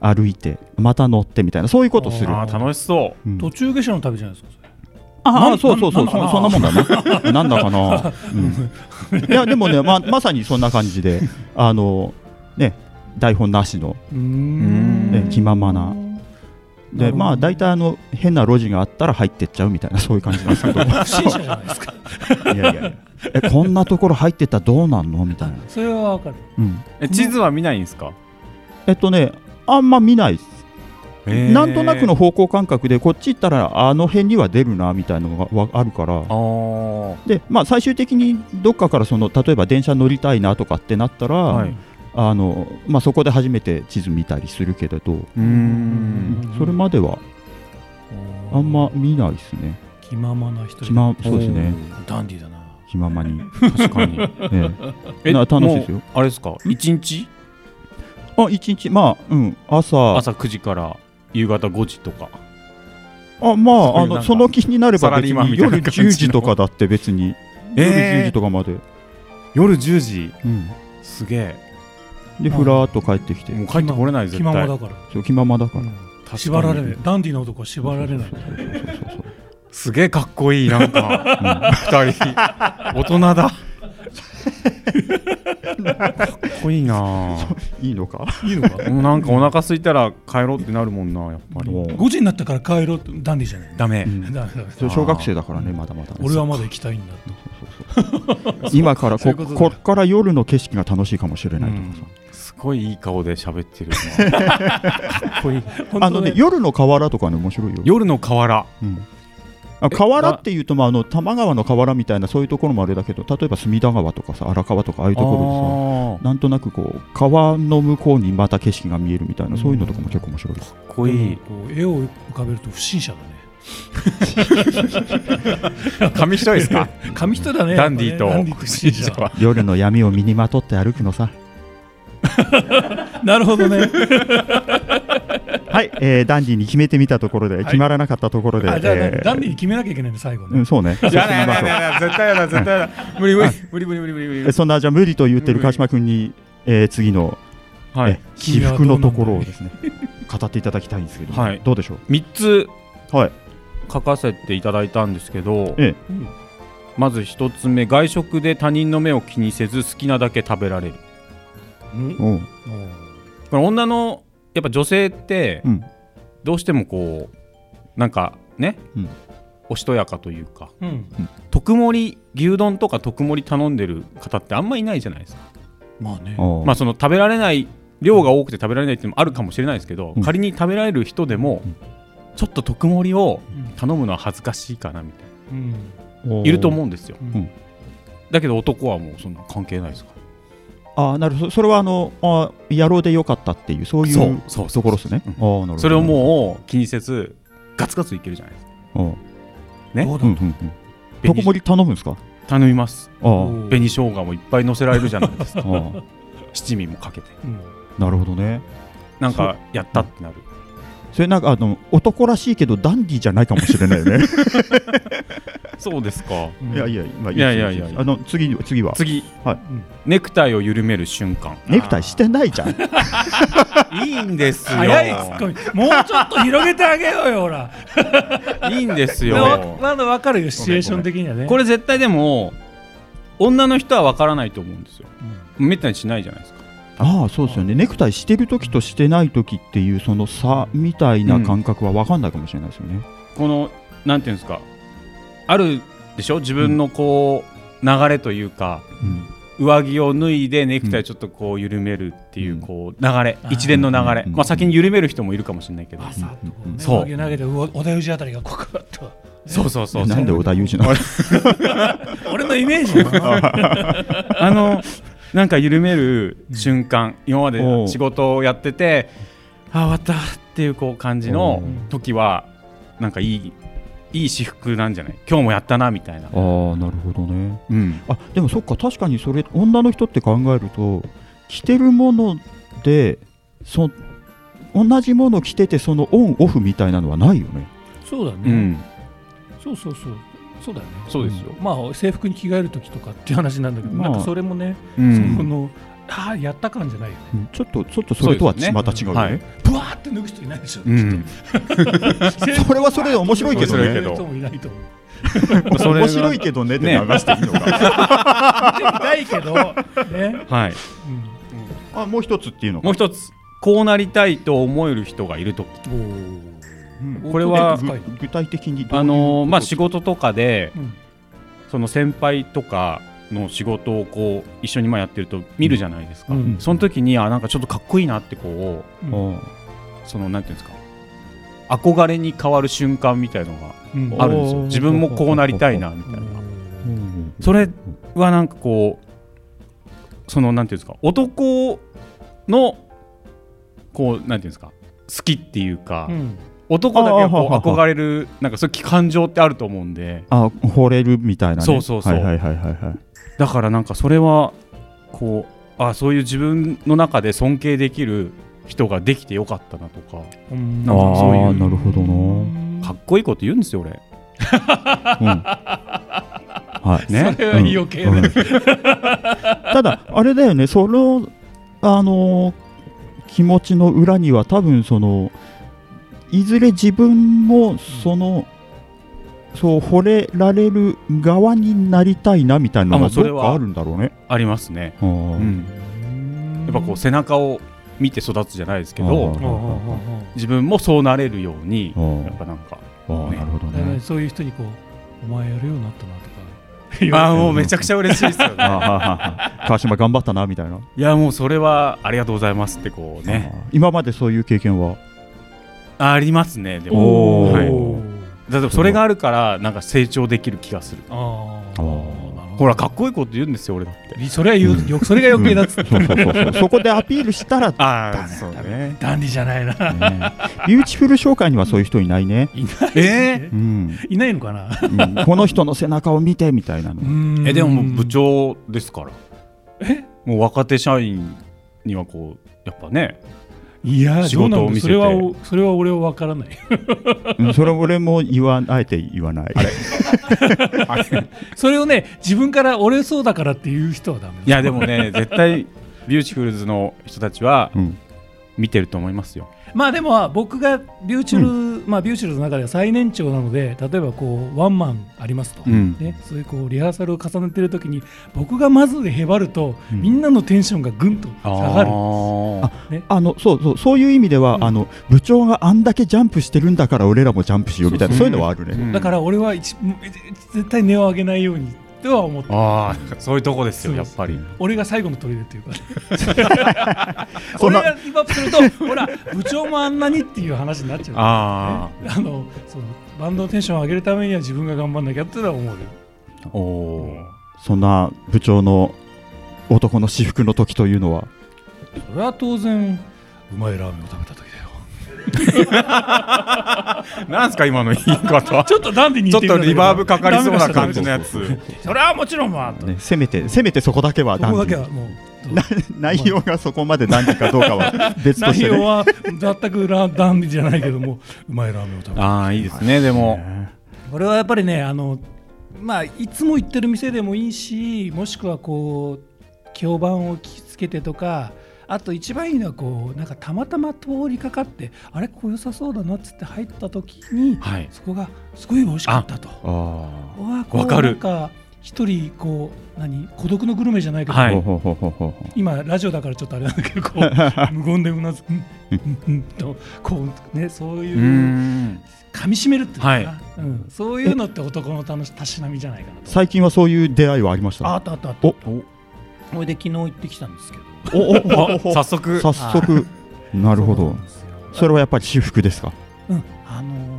Speaker 8: 歩いてまた乗ってみたいなそういうことする。
Speaker 10: あー楽しそう
Speaker 8: うん
Speaker 9: 途中下車の旅じゃないですかそれ
Speaker 8: あ
Speaker 9: な
Speaker 8: あ、そうそうそう、
Speaker 9: なな
Speaker 8: そそんなもんだね。なんだかな。うんいや、でもね、ままさにそんな感じで、あの、ね、台本なしの、
Speaker 9: うー
Speaker 10: ん
Speaker 8: ね、気ままな。
Speaker 9: なるほ
Speaker 8: で、
Speaker 9: ど
Speaker 8: まあ、大体、あの、変な路地があったら入ってっちゃうみたいな、そういう感じなんですけど。い
Speaker 9: 不審者じゃないですか
Speaker 8: やいやいや。え、こんなところ入ってったらどうなんのみたいな。
Speaker 9: それはわかる
Speaker 8: うん
Speaker 10: え地図は見ないんですか
Speaker 8: えっとね、あんま見ないです。
Speaker 10: へー
Speaker 8: なんとなくの方向感覚で、こっち行ったら、あの辺には出るな、みたいなのがわあるから。
Speaker 10: あー
Speaker 8: で、まあ、最終的にどっかからその例えば電車乗りたいなとかってなったら、
Speaker 10: はい
Speaker 8: あのまあ、そこで初めて地図見たりするけれど、
Speaker 10: うーん
Speaker 8: それまではあんま見ないですね、
Speaker 9: 気ままな人
Speaker 8: 気まそうですね
Speaker 9: ダンディだな
Speaker 8: 気ま まに、え
Speaker 10: 確かに
Speaker 8: えな楽しいですよ
Speaker 10: もうあれですか一日
Speaker 8: あ一日まあうん朝
Speaker 10: 朝9時から夕方5時とか
Speaker 8: あま
Speaker 10: そういう
Speaker 8: ああ
Speaker 10: なん
Speaker 8: の
Speaker 10: か
Speaker 8: その気になれ
Speaker 10: サ
Speaker 8: ば
Speaker 10: ラ
Speaker 8: 別
Speaker 10: リーマン
Speaker 8: に
Speaker 10: みたいな
Speaker 8: 夜
Speaker 10: 感じの
Speaker 8: 10時とかだって別に、夜10時とかまで、
Speaker 10: 夜10時
Speaker 8: うん
Speaker 10: すげ
Speaker 8: でふらーっと帰ってきて
Speaker 10: えもう帰ってこれない
Speaker 9: 気
Speaker 10: 絶
Speaker 9: まま
Speaker 10: 対
Speaker 9: だから
Speaker 8: そう気ままだから、
Speaker 10: 確かに
Speaker 9: 縛られないダンディの男は縛られない
Speaker 10: すげえかっこいいなんか二人 大人だかっこいいなぁ
Speaker 8: いいのか
Speaker 9: いいのか
Speaker 10: もうなんかお腹空いたら帰ろうってなるもんなやっぱり
Speaker 9: 5時になったから帰ろうってダンディじゃない
Speaker 10: ダメ
Speaker 8: うん
Speaker 9: ダメダメ
Speaker 8: そう小学生だからねまだまだね、
Speaker 9: 俺はまだ行きたいんだと
Speaker 8: 今から
Speaker 9: そうい
Speaker 8: こ
Speaker 9: うことだ
Speaker 8: こっから夜の景色が楽しいかもしれないとかさ、
Speaker 10: すごいいい顔で喋ってるな かっこいい
Speaker 8: あのね夜の河原とかね面白いよ。
Speaker 10: 夜の河原
Speaker 8: うんあ河原っていうと、まあ、あの多摩川の河原みたいなそういうところもあれだけど例えば隅田川とかさ荒川とかああいうところ
Speaker 10: あ
Speaker 8: でさなんとなくこう川の向こうにまた景色が見えるみたいなそういうのとかも結構面白いです、
Speaker 10: ーかっこいい
Speaker 9: こう絵を浮かべると不審者だね
Speaker 10: 紙一重ですか
Speaker 9: 紙一重だね
Speaker 10: ダンディ
Speaker 9: やっぱねダン
Speaker 10: ー
Speaker 9: ディ
Speaker 10: と
Speaker 9: 不審者
Speaker 10: は
Speaker 8: 夜の闇を身にまとって歩くのさ
Speaker 9: なるほどね
Speaker 8: はい、えーダンディに決めてみたところで、決まらなかったところで、
Speaker 9: あじゃあ、
Speaker 8: えー
Speaker 9: ダンディに決めなきゃいけないの最後
Speaker 8: う
Speaker 9: ね
Speaker 8: ん、。そうね。
Speaker 2: やだやだ
Speaker 8: そうしましょう
Speaker 2: やだ絶対やだ絶 対やだ無理無理無理無理無理無理無
Speaker 8: え
Speaker 2: 理
Speaker 8: そんなじゃあ無理と言ってる川島君に、えー次の、
Speaker 10: は
Speaker 8: え
Speaker 10: い、
Speaker 8: 私服のところをですね語っていただきたいんですけど、
Speaker 10: はい
Speaker 8: どうでしょう
Speaker 10: 3つ
Speaker 8: はい
Speaker 10: 書かせていただいたんですけど、
Speaker 8: え
Speaker 10: まず1つ目外食で他人の目を気にせず好きなだけ食べられる
Speaker 9: うん
Speaker 8: おう
Speaker 10: これ女のやっぱ女性って
Speaker 8: うん
Speaker 10: どうしてもこうなんかね、
Speaker 8: うん
Speaker 10: おしとやかというか
Speaker 9: うん。
Speaker 10: 特盛り牛丼とか特盛り頼んでる方ってあんまいないじゃないですか、
Speaker 9: まあね。
Speaker 8: おう
Speaker 10: まあその食べられない量が多くて食べられないっていうのもあるかもしれないですけど、
Speaker 8: うん
Speaker 10: 仮に食べられる人でも、
Speaker 8: うん
Speaker 10: ちょっと特盛りを頼むのは恥ずかしいかなみたいな
Speaker 9: うん。
Speaker 10: いると思うんですよ、
Speaker 9: うん
Speaker 10: だけど男はもうそんな関係ないですから
Speaker 8: あーなるほどそそれはあのあー野郎でよかったっていうそうい
Speaker 10: そう
Speaker 8: う
Speaker 10: そう
Speaker 8: ところですね
Speaker 10: うん
Speaker 8: あーなるほど
Speaker 10: それをもう気にせずガツガツいけるじゃないですか
Speaker 8: おう
Speaker 10: ね
Speaker 9: ど
Speaker 8: うん
Speaker 9: う
Speaker 8: う
Speaker 9: だ
Speaker 8: んうんどこ盛り頼むんですか
Speaker 10: 頼みます
Speaker 8: あー
Speaker 9: おう
Speaker 10: 紅生姜もいっぱい乗せられるじゃないです
Speaker 8: あ
Speaker 10: か
Speaker 8: ー
Speaker 10: 七味もかけて
Speaker 9: うん
Speaker 8: なるほどね
Speaker 10: なんかやったってなる
Speaker 8: それなんかあの男らしいけどダンディじゃないかもしれないよね
Speaker 10: そうですか
Speaker 8: いやいや、まあ、
Speaker 10: いやいやいやいや
Speaker 8: あの次次は
Speaker 10: 次、
Speaker 8: はい
Speaker 9: うん
Speaker 10: ネクタイを緩める瞬間
Speaker 8: ネクタイしてないじゃん
Speaker 10: いいんですよ
Speaker 9: 早いツッコミ。もうちょっと広げてあげようよ、ほら。
Speaker 10: いいんです
Speaker 9: わ
Speaker 10: よ
Speaker 9: まだわかるよ、シチュエーション的にはね。
Speaker 10: こ
Speaker 9: れ、
Speaker 10: れ絶対でも女の人は分からないと思うんですよめったにしないじゃないですか
Speaker 8: ああそうですよねネクタイしてる時としてない時っていうその差みたいな感覚は分かんないかもしれないですよね、
Speaker 10: このなんていうんですかあるでしょ自分のこう、流れというか
Speaker 8: うん
Speaker 10: 上着を脱いでネクタイちょっとこう緩めるっていううんこう流れ、
Speaker 9: あー
Speaker 10: 一連の流れ、
Speaker 8: うん
Speaker 10: まあ、先に緩める人もいるかもしれないけど、
Speaker 9: 朝とかね、
Speaker 10: そう
Speaker 9: 上着を投げて、うお小田裕二あたりがこうかと。
Speaker 10: そうそうそう
Speaker 8: なんで小田裕二な の
Speaker 9: 俺のイメージだな
Speaker 10: あのなんか緩める瞬間、今ま
Speaker 8: お
Speaker 10: で
Speaker 8: う
Speaker 10: 仕事をやっててあー終わったっていうこう感じの時はなんかいいいい私服なんじゃない今日もやったなみたい
Speaker 8: あ
Speaker 10: な、
Speaker 8: あなるほどね
Speaker 10: うん、
Speaker 8: あでもそっか確かにそれ女の人って考えると着てるものでそ同じもの着ててそのオンオフみたいなのはないよね
Speaker 9: そうだ
Speaker 10: う
Speaker 9: ね。
Speaker 10: ん、
Speaker 9: そうそうそう。そうだよね。
Speaker 10: そうですよ、
Speaker 9: まあ、制服に着替える時とかっていう話なんだけど、
Speaker 8: まあ
Speaker 9: なんかそれもね、
Speaker 10: うん
Speaker 9: その、ああ、やった感じゃないよね。
Speaker 8: うんちょっとちょっとそれとは
Speaker 10: そうですね
Speaker 8: また違うよね
Speaker 10: はい
Speaker 9: ぶわーって脱ぐ人いないでしょ。
Speaker 10: うん、
Speaker 8: それはそれで面白いけど
Speaker 10: 面白い
Speaker 8: ね
Speaker 10: けど
Speaker 9: 人もいないと思 う。
Speaker 10: それが
Speaker 8: 面白いけどねって流していいのか、
Speaker 9: ないけど、ね。
Speaker 10: はい
Speaker 8: あもう一つっていうのか
Speaker 10: もう一つこうなりたいと思える人がいるとき
Speaker 9: うん
Speaker 8: うん
Speaker 10: これは
Speaker 8: えぐ具体的にどういう
Speaker 10: あのーまあ
Speaker 8: こと
Speaker 10: 仕事とかで
Speaker 9: うん
Speaker 10: その先輩とかの仕事をこう一緒にまあやってると見るじゃないですか、
Speaker 9: うん
Speaker 10: その時にあなんかちょっとかっこいいなってこ
Speaker 8: うん
Speaker 10: うそのなんていうんですか憧れに変わる瞬間みたいのが
Speaker 9: うん
Speaker 10: あるんですよ自分もこうなりたいなみたいな
Speaker 8: うん
Speaker 10: それはなんかこうそのなんていうんですか男のこうなんていうんですか好きっていうか、
Speaker 9: うん
Speaker 10: 男だけがこ
Speaker 8: あーは
Speaker 10: う
Speaker 8: はは
Speaker 10: 憧れるなんかそういう感情ってあると思うんで
Speaker 8: あ惚れるみたいなね
Speaker 10: そうそうそう
Speaker 8: はいはいはいはいはい
Speaker 10: だからなんかそれはこうあそういう自分の中で尊敬できる人ができてよかったなとか
Speaker 9: うん
Speaker 10: なんかそういう
Speaker 8: あーなるほどな
Speaker 10: かっこいいこと言うんですよ俺
Speaker 8: う んはい
Speaker 10: ね
Speaker 9: それは余計だ
Speaker 8: うんただあれだよねそのあのー気持ちの裏には多分そのいずれ自分もその、そう惚れられる側になりたいなみたいな
Speaker 10: あも
Speaker 8: の
Speaker 10: う
Speaker 8: が
Speaker 10: それ
Speaker 8: どっ
Speaker 10: は
Speaker 8: かあるんだろうね。
Speaker 10: ありますね、
Speaker 8: う
Speaker 10: うんん、やっぱこう背中を見て育つじゃないですけ
Speaker 8: あ
Speaker 10: ど
Speaker 8: ー
Speaker 9: うんうんうんうん
Speaker 10: 自分もそうなれるように
Speaker 8: あー
Speaker 10: やっぱなんか
Speaker 8: ああなるほど
Speaker 9: だから
Speaker 8: ね。
Speaker 9: そういう人にこう、お前やるようになったなとか。いや
Speaker 10: あーもうめちゃくちゃ嬉しいです
Speaker 8: あ
Speaker 10: よ
Speaker 8: ー
Speaker 10: ね
Speaker 8: はーはーはー川島頑張ったなみたいな。
Speaker 10: いやもうそれはありがとうございますってこうね
Speaker 8: あー今までそういう経験は。
Speaker 10: ありますねでも
Speaker 8: お
Speaker 10: ー
Speaker 9: お
Speaker 10: はい
Speaker 9: ー
Speaker 10: だってそれがあるからなんか成長できる気がする
Speaker 9: あ
Speaker 8: あ
Speaker 9: ー
Speaker 8: ー
Speaker 9: なる
Speaker 10: ほ
Speaker 9: ほ
Speaker 10: らかっこいいこと言うんですよ俺だって
Speaker 9: ど。それは言う、よそれが余計だっつって。
Speaker 8: そうそうそうそう。そこでアピールしたら。ね
Speaker 10: ああそうね
Speaker 9: ダンディじゃない な。
Speaker 8: ビューティフル紹介にはそういう人いないね。
Speaker 9: いない。
Speaker 10: え
Speaker 8: うん。
Speaker 9: いないのかな。
Speaker 8: うんこの人の背中を見てみたいなの。
Speaker 10: ーえでももう部
Speaker 9: うん。
Speaker 10: 長ですからえもう若手社員にはこうやっぱね
Speaker 9: いや
Speaker 10: 仕事を見せて
Speaker 9: どうなんだそれはおそれは俺は分からない
Speaker 8: うんそれ俺も言わあえて言わない
Speaker 9: それをね自分から折れそうだからっていう人はダメ
Speaker 10: いやでもね絶対ビューティフルズの人たちは
Speaker 8: うん
Speaker 10: 見てると思いますよ
Speaker 9: まあでも僕がビューチュル、まあビューチュルの中では最年長なので例えばこうワンマンありますと、
Speaker 10: うん
Speaker 9: ね、そういうこうリハーサルを重ねてる時に僕がまずへばると、
Speaker 8: うん
Speaker 9: みんなのテンションがぐんと下がる
Speaker 10: あー
Speaker 8: あのそうそうそういう意味では、
Speaker 9: うん
Speaker 8: あの部長があんだけジャンプしてるんだから俺らもジャンプしようみたいな
Speaker 10: そ
Speaker 8: そうう
Speaker 10: そ
Speaker 8: い
Speaker 10: う
Speaker 8: うのはあるね、
Speaker 10: うん
Speaker 9: だから俺は一もうえ絶対値を上げないようにとは思って
Speaker 10: ああそういうとこですよ
Speaker 9: そう
Speaker 10: や
Speaker 9: で
Speaker 10: っ
Speaker 9: す
Speaker 10: ぱり
Speaker 9: 俺が最後の砦っていうか
Speaker 8: そん
Speaker 9: 俺
Speaker 8: な
Speaker 9: がリバップするとほら部長もあんなにっていう話になっちゃう
Speaker 10: あ
Speaker 9: あのそのバンドのテンションを上げるためには自分が頑張んなきゃってのは思うよ
Speaker 10: あおおー
Speaker 8: そんな部長の男の私服の時というのは
Speaker 9: それは当然うまいラーメンを食べた時だよ
Speaker 10: なんすか今の言い方
Speaker 9: ちょっとダンディに
Speaker 10: ちょ
Speaker 9: 似
Speaker 10: って
Speaker 9: る
Speaker 10: と
Speaker 9: んだけど
Speaker 10: リバーブかかりそうな感じのやつ
Speaker 8: そうそう
Speaker 9: それはもちろんまあ
Speaker 8: ね、せめてせめてそこだけは
Speaker 9: ここだけ
Speaker 8: 男
Speaker 9: はもう
Speaker 8: 児内容がそこまで男児かどうかは別とし
Speaker 9: 内
Speaker 8: て、ね、
Speaker 9: 容は全くラダンディじゃないけどもうまいラーメンを食べた
Speaker 10: ああいいですねでも
Speaker 9: 俺はやっぱりねあのまあいつも行ってる店でもいいしもしくはこう評判を聞きつけてとかあと一番いいのはこうなんかたまたま通りかかってあれここ良さそうだなっつって入った時に
Speaker 10: はい
Speaker 9: そこがすごい美味しかったと。
Speaker 10: あ
Speaker 9: うわこう
Speaker 10: わかる
Speaker 9: なんか一人こう何孤独のグルメじゃないけど、
Speaker 10: は
Speaker 8: ほ
Speaker 10: いう
Speaker 8: ほうほうほうほうほ
Speaker 9: 今ラジオだからちょっとあれなんだけどこ う無言でうなずうんうんうんとこうねそう
Speaker 10: う
Speaker 9: い
Speaker 10: ー
Speaker 9: うん噛み締めるっていうのかな、
Speaker 10: は
Speaker 9: うん、そういうのって男の楽したしなみじゃないかな
Speaker 8: う
Speaker 9: と
Speaker 8: 最近はそういう出会いはありました
Speaker 9: ああ
Speaker 8: ね
Speaker 9: ったあったあった
Speaker 8: お
Speaker 9: それで昨日行ってきたんですけど
Speaker 8: おおおお
Speaker 10: 早速
Speaker 8: 早速なるほ
Speaker 9: そう
Speaker 8: ど
Speaker 9: んですよ
Speaker 8: それはやっぱり私服ですか
Speaker 9: うん、あのー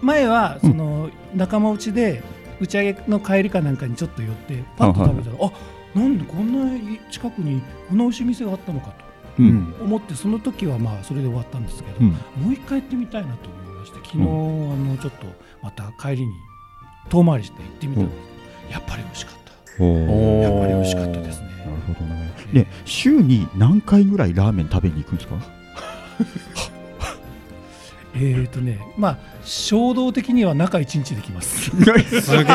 Speaker 9: 前はその仲間内で打ち上げの帰りかなんかにちょっと寄ってパッと食べたら、あなんでこんな近くにこんな美味しい店があったのか
Speaker 8: う
Speaker 10: うんん
Speaker 9: と思ってその時はまあそれで終わったんですけど、
Speaker 8: うん
Speaker 9: もう一回行ってみたいなと思いまして昨日、あのちょっとまた帰りに遠回りして行ってみたんですけど、やっぱり美味しかった
Speaker 8: おお
Speaker 10: おー
Speaker 9: やっぱり美味しかったですね
Speaker 8: なるほどねで週に何回ぐらいラーメン食べに行くんですか
Speaker 9: えー、とねまあ衝動的には中一日できます
Speaker 10: すげええ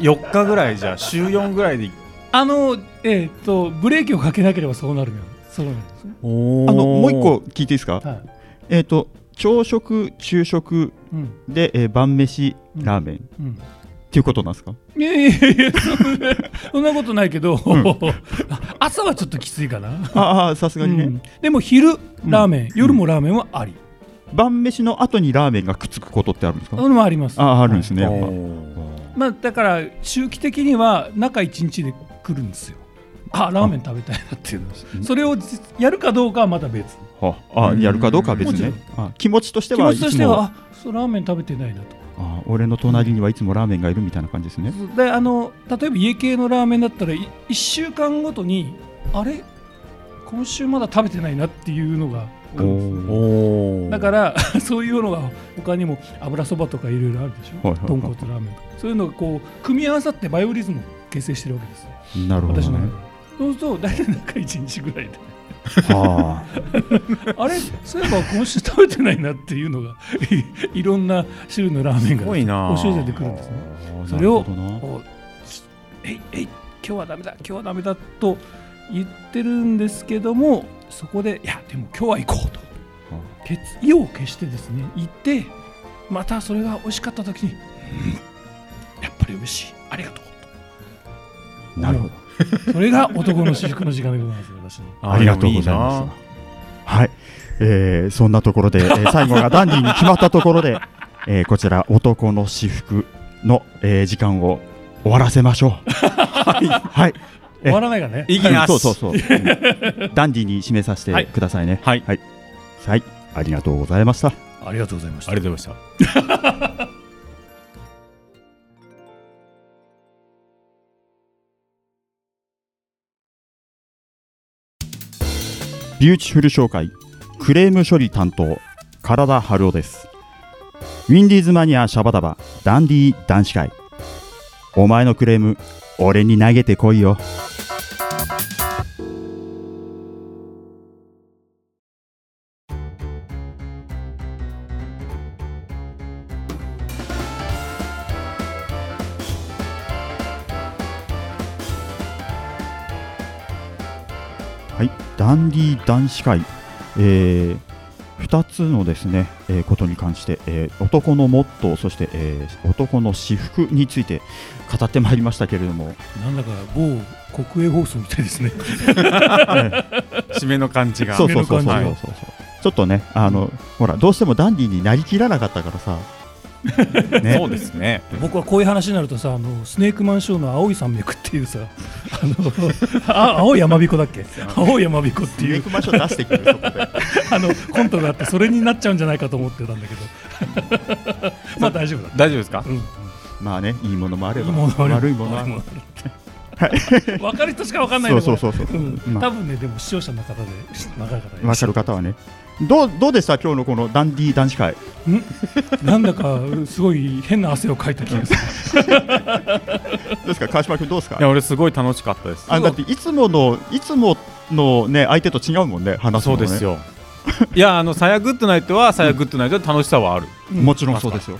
Speaker 10: 4日ぐらいじゃあ週4ぐらいで
Speaker 9: あのえー、とブレーキをかけなければそうなるのよそうなんですね
Speaker 10: お
Speaker 8: あのもう一個聞いていいですか
Speaker 9: はい
Speaker 8: えっ、と朝食昼食
Speaker 9: うん
Speaker 8: で、えー晩飯
Speaker 9: うん
Speaker 8: ラーメン、っ
Speaker 9: うん
Speaker 8: ていうことなんですか
Speaker 9: いやいやいやそんな そんなことないけど、あ 朝はちょっときついかな、
Speaker 8: ああさすがにね、
Speaker 9: うんでも昼ラーメン、夜もラーメンはあり、
Speaker 8: 晩飯の後にラーメンがくっつくことってあるんですか、
Speaker 9: それもあります
Speaker 8: あああるんですねやっぱ
Speaker 9: まあ、だから周期的には中1日で来るんですよあラーメン食べたいなっていうのそれを実やるかどうかはまた別
Speaker 8: はあ
Speaker 10: うん
Speaker 8: やるかどうかは別にね
Speaker 9: も
Speaker 8: あ気持ちとして
Speaker 9: 気
Speaker 8: は
Speaker 9: 持
Speaker 8: い
Speaker 9: ちと
Speaker 8: つ
Speaker 9: しては
Speaker 8: も
Speaker 9: あそうラーメン食べてないなと
Speaker 8: あ俺の隣にはいつもラーメンがいるみたいな感じですね
Speaker 9: であの例えば家系のラーメンだったら1週間ごとにあれ今週まだ食べてないなっていうのが来るんですね
Speaker 8: お
Speaker 10: お
Speaker 9: だから そういうのが他にも油そばとかいろいろあるでしょ、
Speaker 8: はいはいはい
Speaker 9: 豚骨ラーメンとかそういうのがこう組み合わさってバイオリズムを形成してるわけですよ
Speaker 8: なるほ
Speaker 9: 私
Speaker 8: ど
Speaker 9: の
Speaker 8: ね
Speaker 9: 中でそうすると大体中1日ぐらいで
Speaker 8: はあ
Speaker 9: あれそういえば今週食べてないなっていうのが いろんな種類のラーメン
Speaker 10: す
Speaker 9: が
Speaker 10: ごいな
Speaker 9: お正月で来るんですね
Speaker 8: あ
Speaker 9: それを
Speaker 8: なるほどな
Speaker 9: こうえいえい今日はダメだ今日はダメだと言ってるんですけどもそこでいやでも今日は行こうと決意を決してですね行ってまたそれが美味しかった時に、うんやっぱり美味しいありがとう
Speaker 8: なるほど
Speaker 9: とそれが男の私服の時間でございます私の
Speaker 8: ありがとうございますはい、えーそんなところで、え ー最後がダンディに決まったところで、えーこちら男の私服の、えー時間を終わらせま しょうはい、はい、
Speaker 9: 終わらないがね
Speaker 10: 意義な
Speaker 8: そ
Speaker 10: し
Speaker 8: うそうそう、 うんダンディに締めさせ
Speaker 10: は
Speaker 8: て
Speaker 10: い
Speaker 8: くださいね
Speaker 10: はい
Speaker 8: はい、はい、ありがとうございました
Speaker 9: ありがとうございまし
Speaker 10: ありがとうございまし
Speaker 8: ビューティフル紹介クレーム処理担当体春夫ですウィンディーズマニアシャバダバダンディー男子会お前のクレーム俺に投げてこいよはい、ダンディ男子会、え2つのですね、えーことに関して、えー男のモットーそして、えー男の私服について語ってまいりましたけれども、
Speaker 9: なんだか某国営放送みたいですね。
Speaker 10: 締めの感じが
Speaker 8: そうそうそうそう
Speaker 9: 締め
Speaker 8: そう
Speaker 9: の感じ
Speaker 8: そ
Speaker 9: が
Speaker 8: うそうちょっとねあのほらどうしてもダンディになりきらなかったからさね
Speaker 10: そうですね
Speaker 9: 僕はこういう話になるとさあのスネークマンショーの青い山脈っていうさあのあ青い山彦だっけ青い山彦って
Speaker 8: リ
Speaker 9: い
Speaker 8: メイ
Speaker 9: う
Speaker 8: ク場所出してくるそこで
Speaker 9: あのコントがあってそれになっちゃうんじゃないかと思ってたんだけど まあ大丈夫だ、
Speaker 10: 大丈夫ですか
Speaker 9: うん、
Speaker 8: まあねいいものもあれば
Speaker 9: いいものあれば
Speaker 8: 悪いものもあれば
Speaker 9: 分かる人しか分かんないね
Speaker 8: そう
Speaker 9: こ
Speaker 8: そうそうそう
Speaker 9: れうん
Speaker 8: まあ
Speaker 9: 多分ねでも視聴者の方で長い方で
Speaker 8: わかる方はねどうどうでした今日のこのダンディ男子会
Speaker 9: なんだかすごい変な汗をかいた気がする
Speaker 8: どうですか川島君どうですか
Speaker 10: いや俺すごい楽しかったです
Speaker 8: あだっていつものいつものね相手と違うもんね話す
Speaker 10: そ
Speaker 8: の
Speaker 10: う
Speaker 8: ね
Speaker 10: ですよいやあの「さやグッドナイト」は「さやグッドナイト」で楽しさはある
Speaker 8: もちろんそうですよ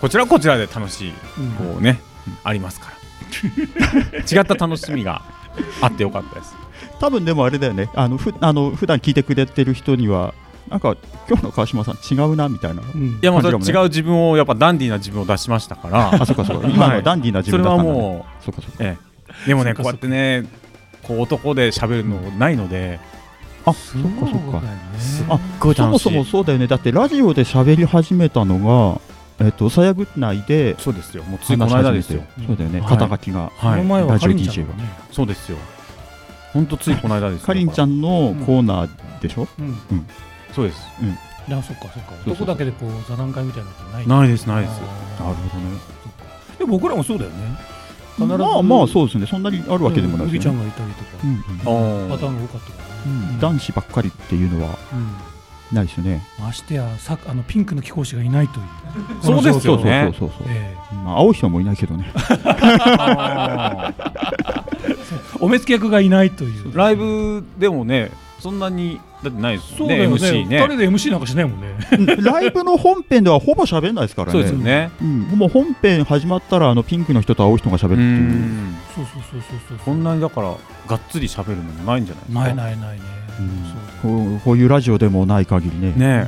Speaker 10: こちらはこちらで楽しいこうねありますから違った楽しみがあってよかったです
Speaker 8: 多分でもあれだよねあのふあの普段聞いてくれてる人にはなんか今日の川島さん違うなみたいな、
Speaker 9: うん
Speaker 10: いやもうそれ
Speaker 8: 感じが
Speaker 10: 違う自分をやっぱダンディーな自分を出しましたから
Speaker 8: あそうかそうか今のダンディーな自
Speaker 10: そ
Speaker 8: 分
Speaker 10: れ
Speaker 8: だった
Speaker 10: は
Speaker 8: んだ、ね、
Speaker 10: も
Speaker 8: うそうかそうか
Speaker 10: うええでもね
Speaker 9: そ
Speaker 10: こ
Speaker 9: っか
Speaker 10: うやってねこう男で喋るのないので
Speaker 8: あそっかそっか
Speaker 9: そうだ
Speaker 8: あ
Speaker 9: よね
Speaker 10: ごい
Speaker 8: そ
Speaker 10: 楽
Speaker 8: も
Speaker 10: しい
Speaker 8: そもそうだよねだってラジオで喋り始めたのがえっとさやぐ内で
Speaker 10: そうですよもうついこ
Speaker 8: 話し
Speaker 10: の間
Speaker 8: 始め
Speaker 10: で
Speaker 8: て
Speaker 10: すよ
Speaker 8: そうだよね、
Speaker 10: はい
Speaker 8: 肩書きが
Speaker 9: こ
Speaker 10: は
Speaker 9: の
Speaker 10: い
Speaker 9: 前は
Speaker 8: ラジ
Speaker 9: か
Speaker 8: オ
Speaker 9: りんちゃ
Speaker 8: DJ
Speaker 9: ん
Speaker 8: は
Speaker 9: だね
Speaker 10: そうですよほんとついこの間ですよ
Speaker 8: かりんちゃんのコーナーでしょ、
Speaker 9: うん
Speaker 10: そうです
Speaker 9: いやそっかそっか
Speaker 8: そう
Speaker 9: 男だけでこう座談会みたいなことない
Speaker 10: ないですないです
Speaker 9: あー
Speaker 8: なるほどね
Speaker 9: そっかでも僕らもそうだよね必ず
Speaker 8: まあまあそうですねそんなにあるわけでもない
Speaker 9: 麦
Speaker 8: です
Speaker 9: ちゃ
Speaker 8: よ
Speaker 9: ん
Speaker 8: ね
Speaker 9: がいたりとか
Speaker 8: うん
Speaker 10: あ
Speaker 9: パター
Speaker 10: ー
Speaker 9: ンが多かったから
Speaker 8: うん
Speaker 9: ね
Speaker 8: うん男子ばっかりっていうのは
Speaker 9: うん
Speaker 8: ないですよね。
Speaker 9: ましてやさあのピンクの貴公子がいないという
Speaker 10: そうですよね
Speaker 8: そうそうそうそう
Speaker 9: え
Speaker 8: そう。まあ、青い人もいないけどね。
Speaker 10: あー
Speaker 9: えお目付け役がいないという
Speaker 10: ライブでもねそんなにだってないです
Speaker 9: そ
Speaker 10: よ
Speaker 9: うだ
Speaker 10: ね
Speaker 9: よね
Speaker 10: MC
Speaker 9: 2人
Speaker 10: ね
Speaker 9: で MC なんかしないもんね
Speaker 8: ライブの本編ではほぼ喋んないですからね。
Speaker 10: そうですよね
Speaker 8: うん、もう本編始まったら、あのピンクの人と青い人が喋るっ
Speaker 10: う
Speaker 8: ていう。
Speaker 10: ん
Speaker 9: そうそうそうそうそう
Speaker 10: こんなにだからがっつり喋るのもないんじゃないですか
Speaker 9: ないないないね
Speaker 8: うん
Speaker 9: そうだ
Speaker 8: こうこういうラジオでもない限りね。
Speaker 10: ね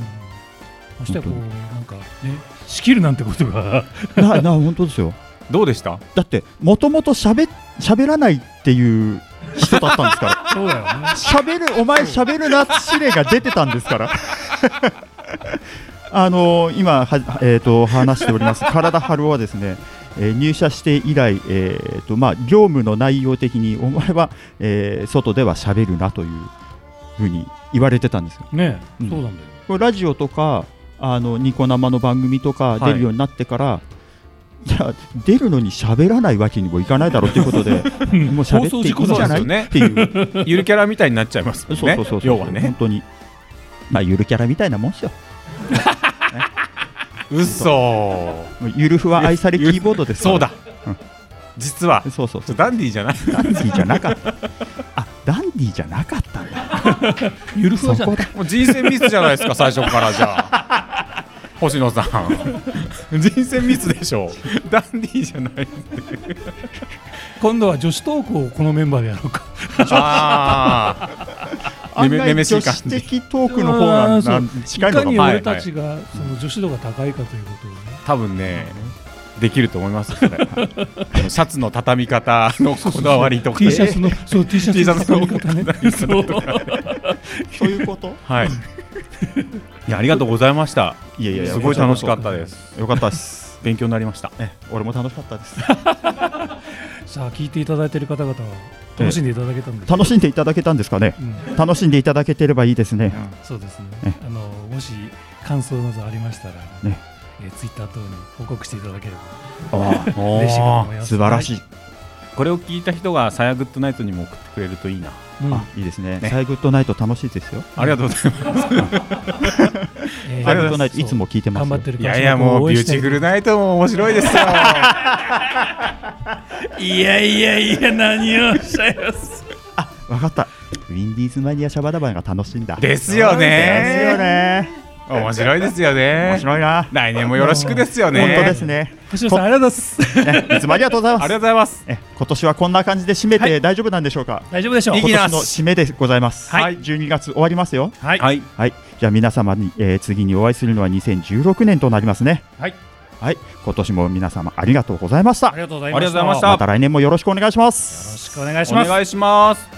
Speaker 9: ましてやこうなんかね仕切るなんてことが
Speaker 8: な、な、本当ですよ。
Speaker 10: どうでした
Speaker 8: だって、もともと喋、喋らないっていう人だったんです から。
Speaker 9: そうだよね
Speaker 8: 喋る、お前喋るなって指令が出てたんですから。 あの今は、えー、と話しております体春夫はですね、えー入社して以来、えーとまあ、業務の内容的にお前は、えー外では喋るなというふうに言われてたんですよ。
Speaker 9: ね
Speaker 8: うん
Speaker 9: そうなんだよ
Speaker 8: これラジオとかあのニコ生の番組とか
Speaker 10: はい
Speaker 8: 出るようになってから、い、や出るのに喋らないわけにもいかないだろうということでもう喋っていいんじゃない
Speaker 10: 放送事故なんですよね
Speaker 8: っていう
Speaker 10: ゆるキャラみたいになっちゃいますもん
Speaker 8: そうそう
Speaker 10: ね
Speaker 8: そうそう
Speaker 10: 要は
Speaker 8: 本
Speaker 10: ね
Speaker 8: 当にまあゆるキャラみたいなもんですよ
Speaker 10: 嘘
Speaker 8: もうゆるふは愛されキーボードですから
Speaker 10: そうだ
Speaker 8: うん
Speaker 10: 実は
Speaker 8: そうそうそう
Speaker 10: ダンディーじゃない
Speaker 8: ダンディーじゃなかったあダンディーじゃなかったんだ
Speaker 9: ゆるふ
Speaker 8: そ
Speaker 9: わじゃ
Speaker 8: こ
Speaker 9: ん
Speaker 8: だ
Speaker 10: もう人選ミスじゃないですか最初からじゃあ星野さん人選ミスでしょダンディーじゃない
Speaker 9: 今度は女子トークをこのメンバーでやろうか
Speaker 10: ああ
Speaker 8: 案外
Speaker 10: め
Speaker 8: 女
Speaker 10: めしい感
Speaker 8: 子
Speaker 10: じ
Speaker 8: 的トークの方がな
Speaker 9: うん
Speaker 8: 近い
Speaker 9: か
Speaker 8: の
Speaker 9: に
Speaker 8: が
Speaker 9: 俺たちがその女子度が高いかということをね
Speaker 10: 多分ねできると思いますよそれシャツの畳み方のこだわりとか
Speaker 9: T シャツのそう T シャ
Speaker 10: T シャ
Speaker 9: ツ
Speaker 10: ツの
Speaker 9: の畳み方ねそう
Speaker 8: そういうこと
Speaker 10: はいいやありがとうございました
Speaker 8: いやいやや
Speaker 10: すごい楽しかったです
Speaker 8: よかったです
Speaker 10: 勉強になりました
Speaker 8: え俺も楽しかったです
Speaker 9: さあ聞いていただいている方々は楽しんでいただけたんです
Speaker 8: 楽しんでいただけたんですかね
Speaker 9: うん
Speaker 8: 楽しんでいただけてればいいですね
Speaker 9: そうですね
Speaker 8: え。
Speaker 9: あのもし感想などありましたら、
Speaker 8: ね
Speaker 9: えーツイッター等に報告していただければ
Speaker 8: あ
Speaker 9: 嬉しいなと思い
Speaker 8: あ
Speaker 9: ます。
Speaker 8: 素晴らしい
Speaker 10: これを聞いた人が「さやグッドナイト」にも送ってくれるといいな
Speaker 9: はい。うん
Speaker 8: あいいですねサイグッドナイト楽しいですよ
Speaker 10: ありがとうございます
Speaker 9: えー
Speaker 8: サイグッドナイトいつも聞いてます
Speaker 9: 頑張
Speaker 8: よ
Speaker 9: ってる
Speaker 10: いやいやもうビューティフルナイトも面白いですよ
Speaker 9: いやいやいや何をおっしゃいます。
Speaker 8: わかったウィンディーズマニアシャバダバが楽しいんだ
Speaker 10: ですよね
Speaker 8: ですよね
Speaker 10: 面白いですよね。
Speaker 8: 面白いな。
Speaker 10: 来年もよろしくですよね。
Speaker 8: 本当ですね。
Speaker 9: 星野さんありがとうございます。
Speaker 8: ねいつもありがとうござい
Speaker 10: あり
Speaker 8: ま
Speaker 10: がと
Speaker 8: す
Speaker 10: う。ございます。
Speaker 8: え今年はこんな感じで締め
Speaker 9: は
Speaker 8: て大丈夫なんでしょうか。
Speaker 9: 大丈夫でしょう
Speaker 10: い。き
Speaker 8: 今
Speaker 10: な
Speaker 8: 年の締めでございます。
Speaker 9: はい
Speaker 8: はい。12月終わりますよ。
Speaker 9: はい。
Speaker 10: はい。
Speaker 8: はい。じゃあ皆様に、えー次にお会いするのは2016年となりますね。
Speaker 9: はい。
Speaker 8: はい。今年も皆様ありがとうございまし
Speaker 9: あ
Speaker 8: た
Speaker 9: り。がとうござい
Speaker 10: ありがとうございま
Speaker 9: ま
Speaker 10: し
Speaker 9: したた。
Speaker 8: また来年もよろしくお願いしま
Speaker 9: よろ
Speaker 8: す。
Speaker 9: しくお願いし
Speaker 10: お
Speaker 9: ます。
Speaker 10: 願いします。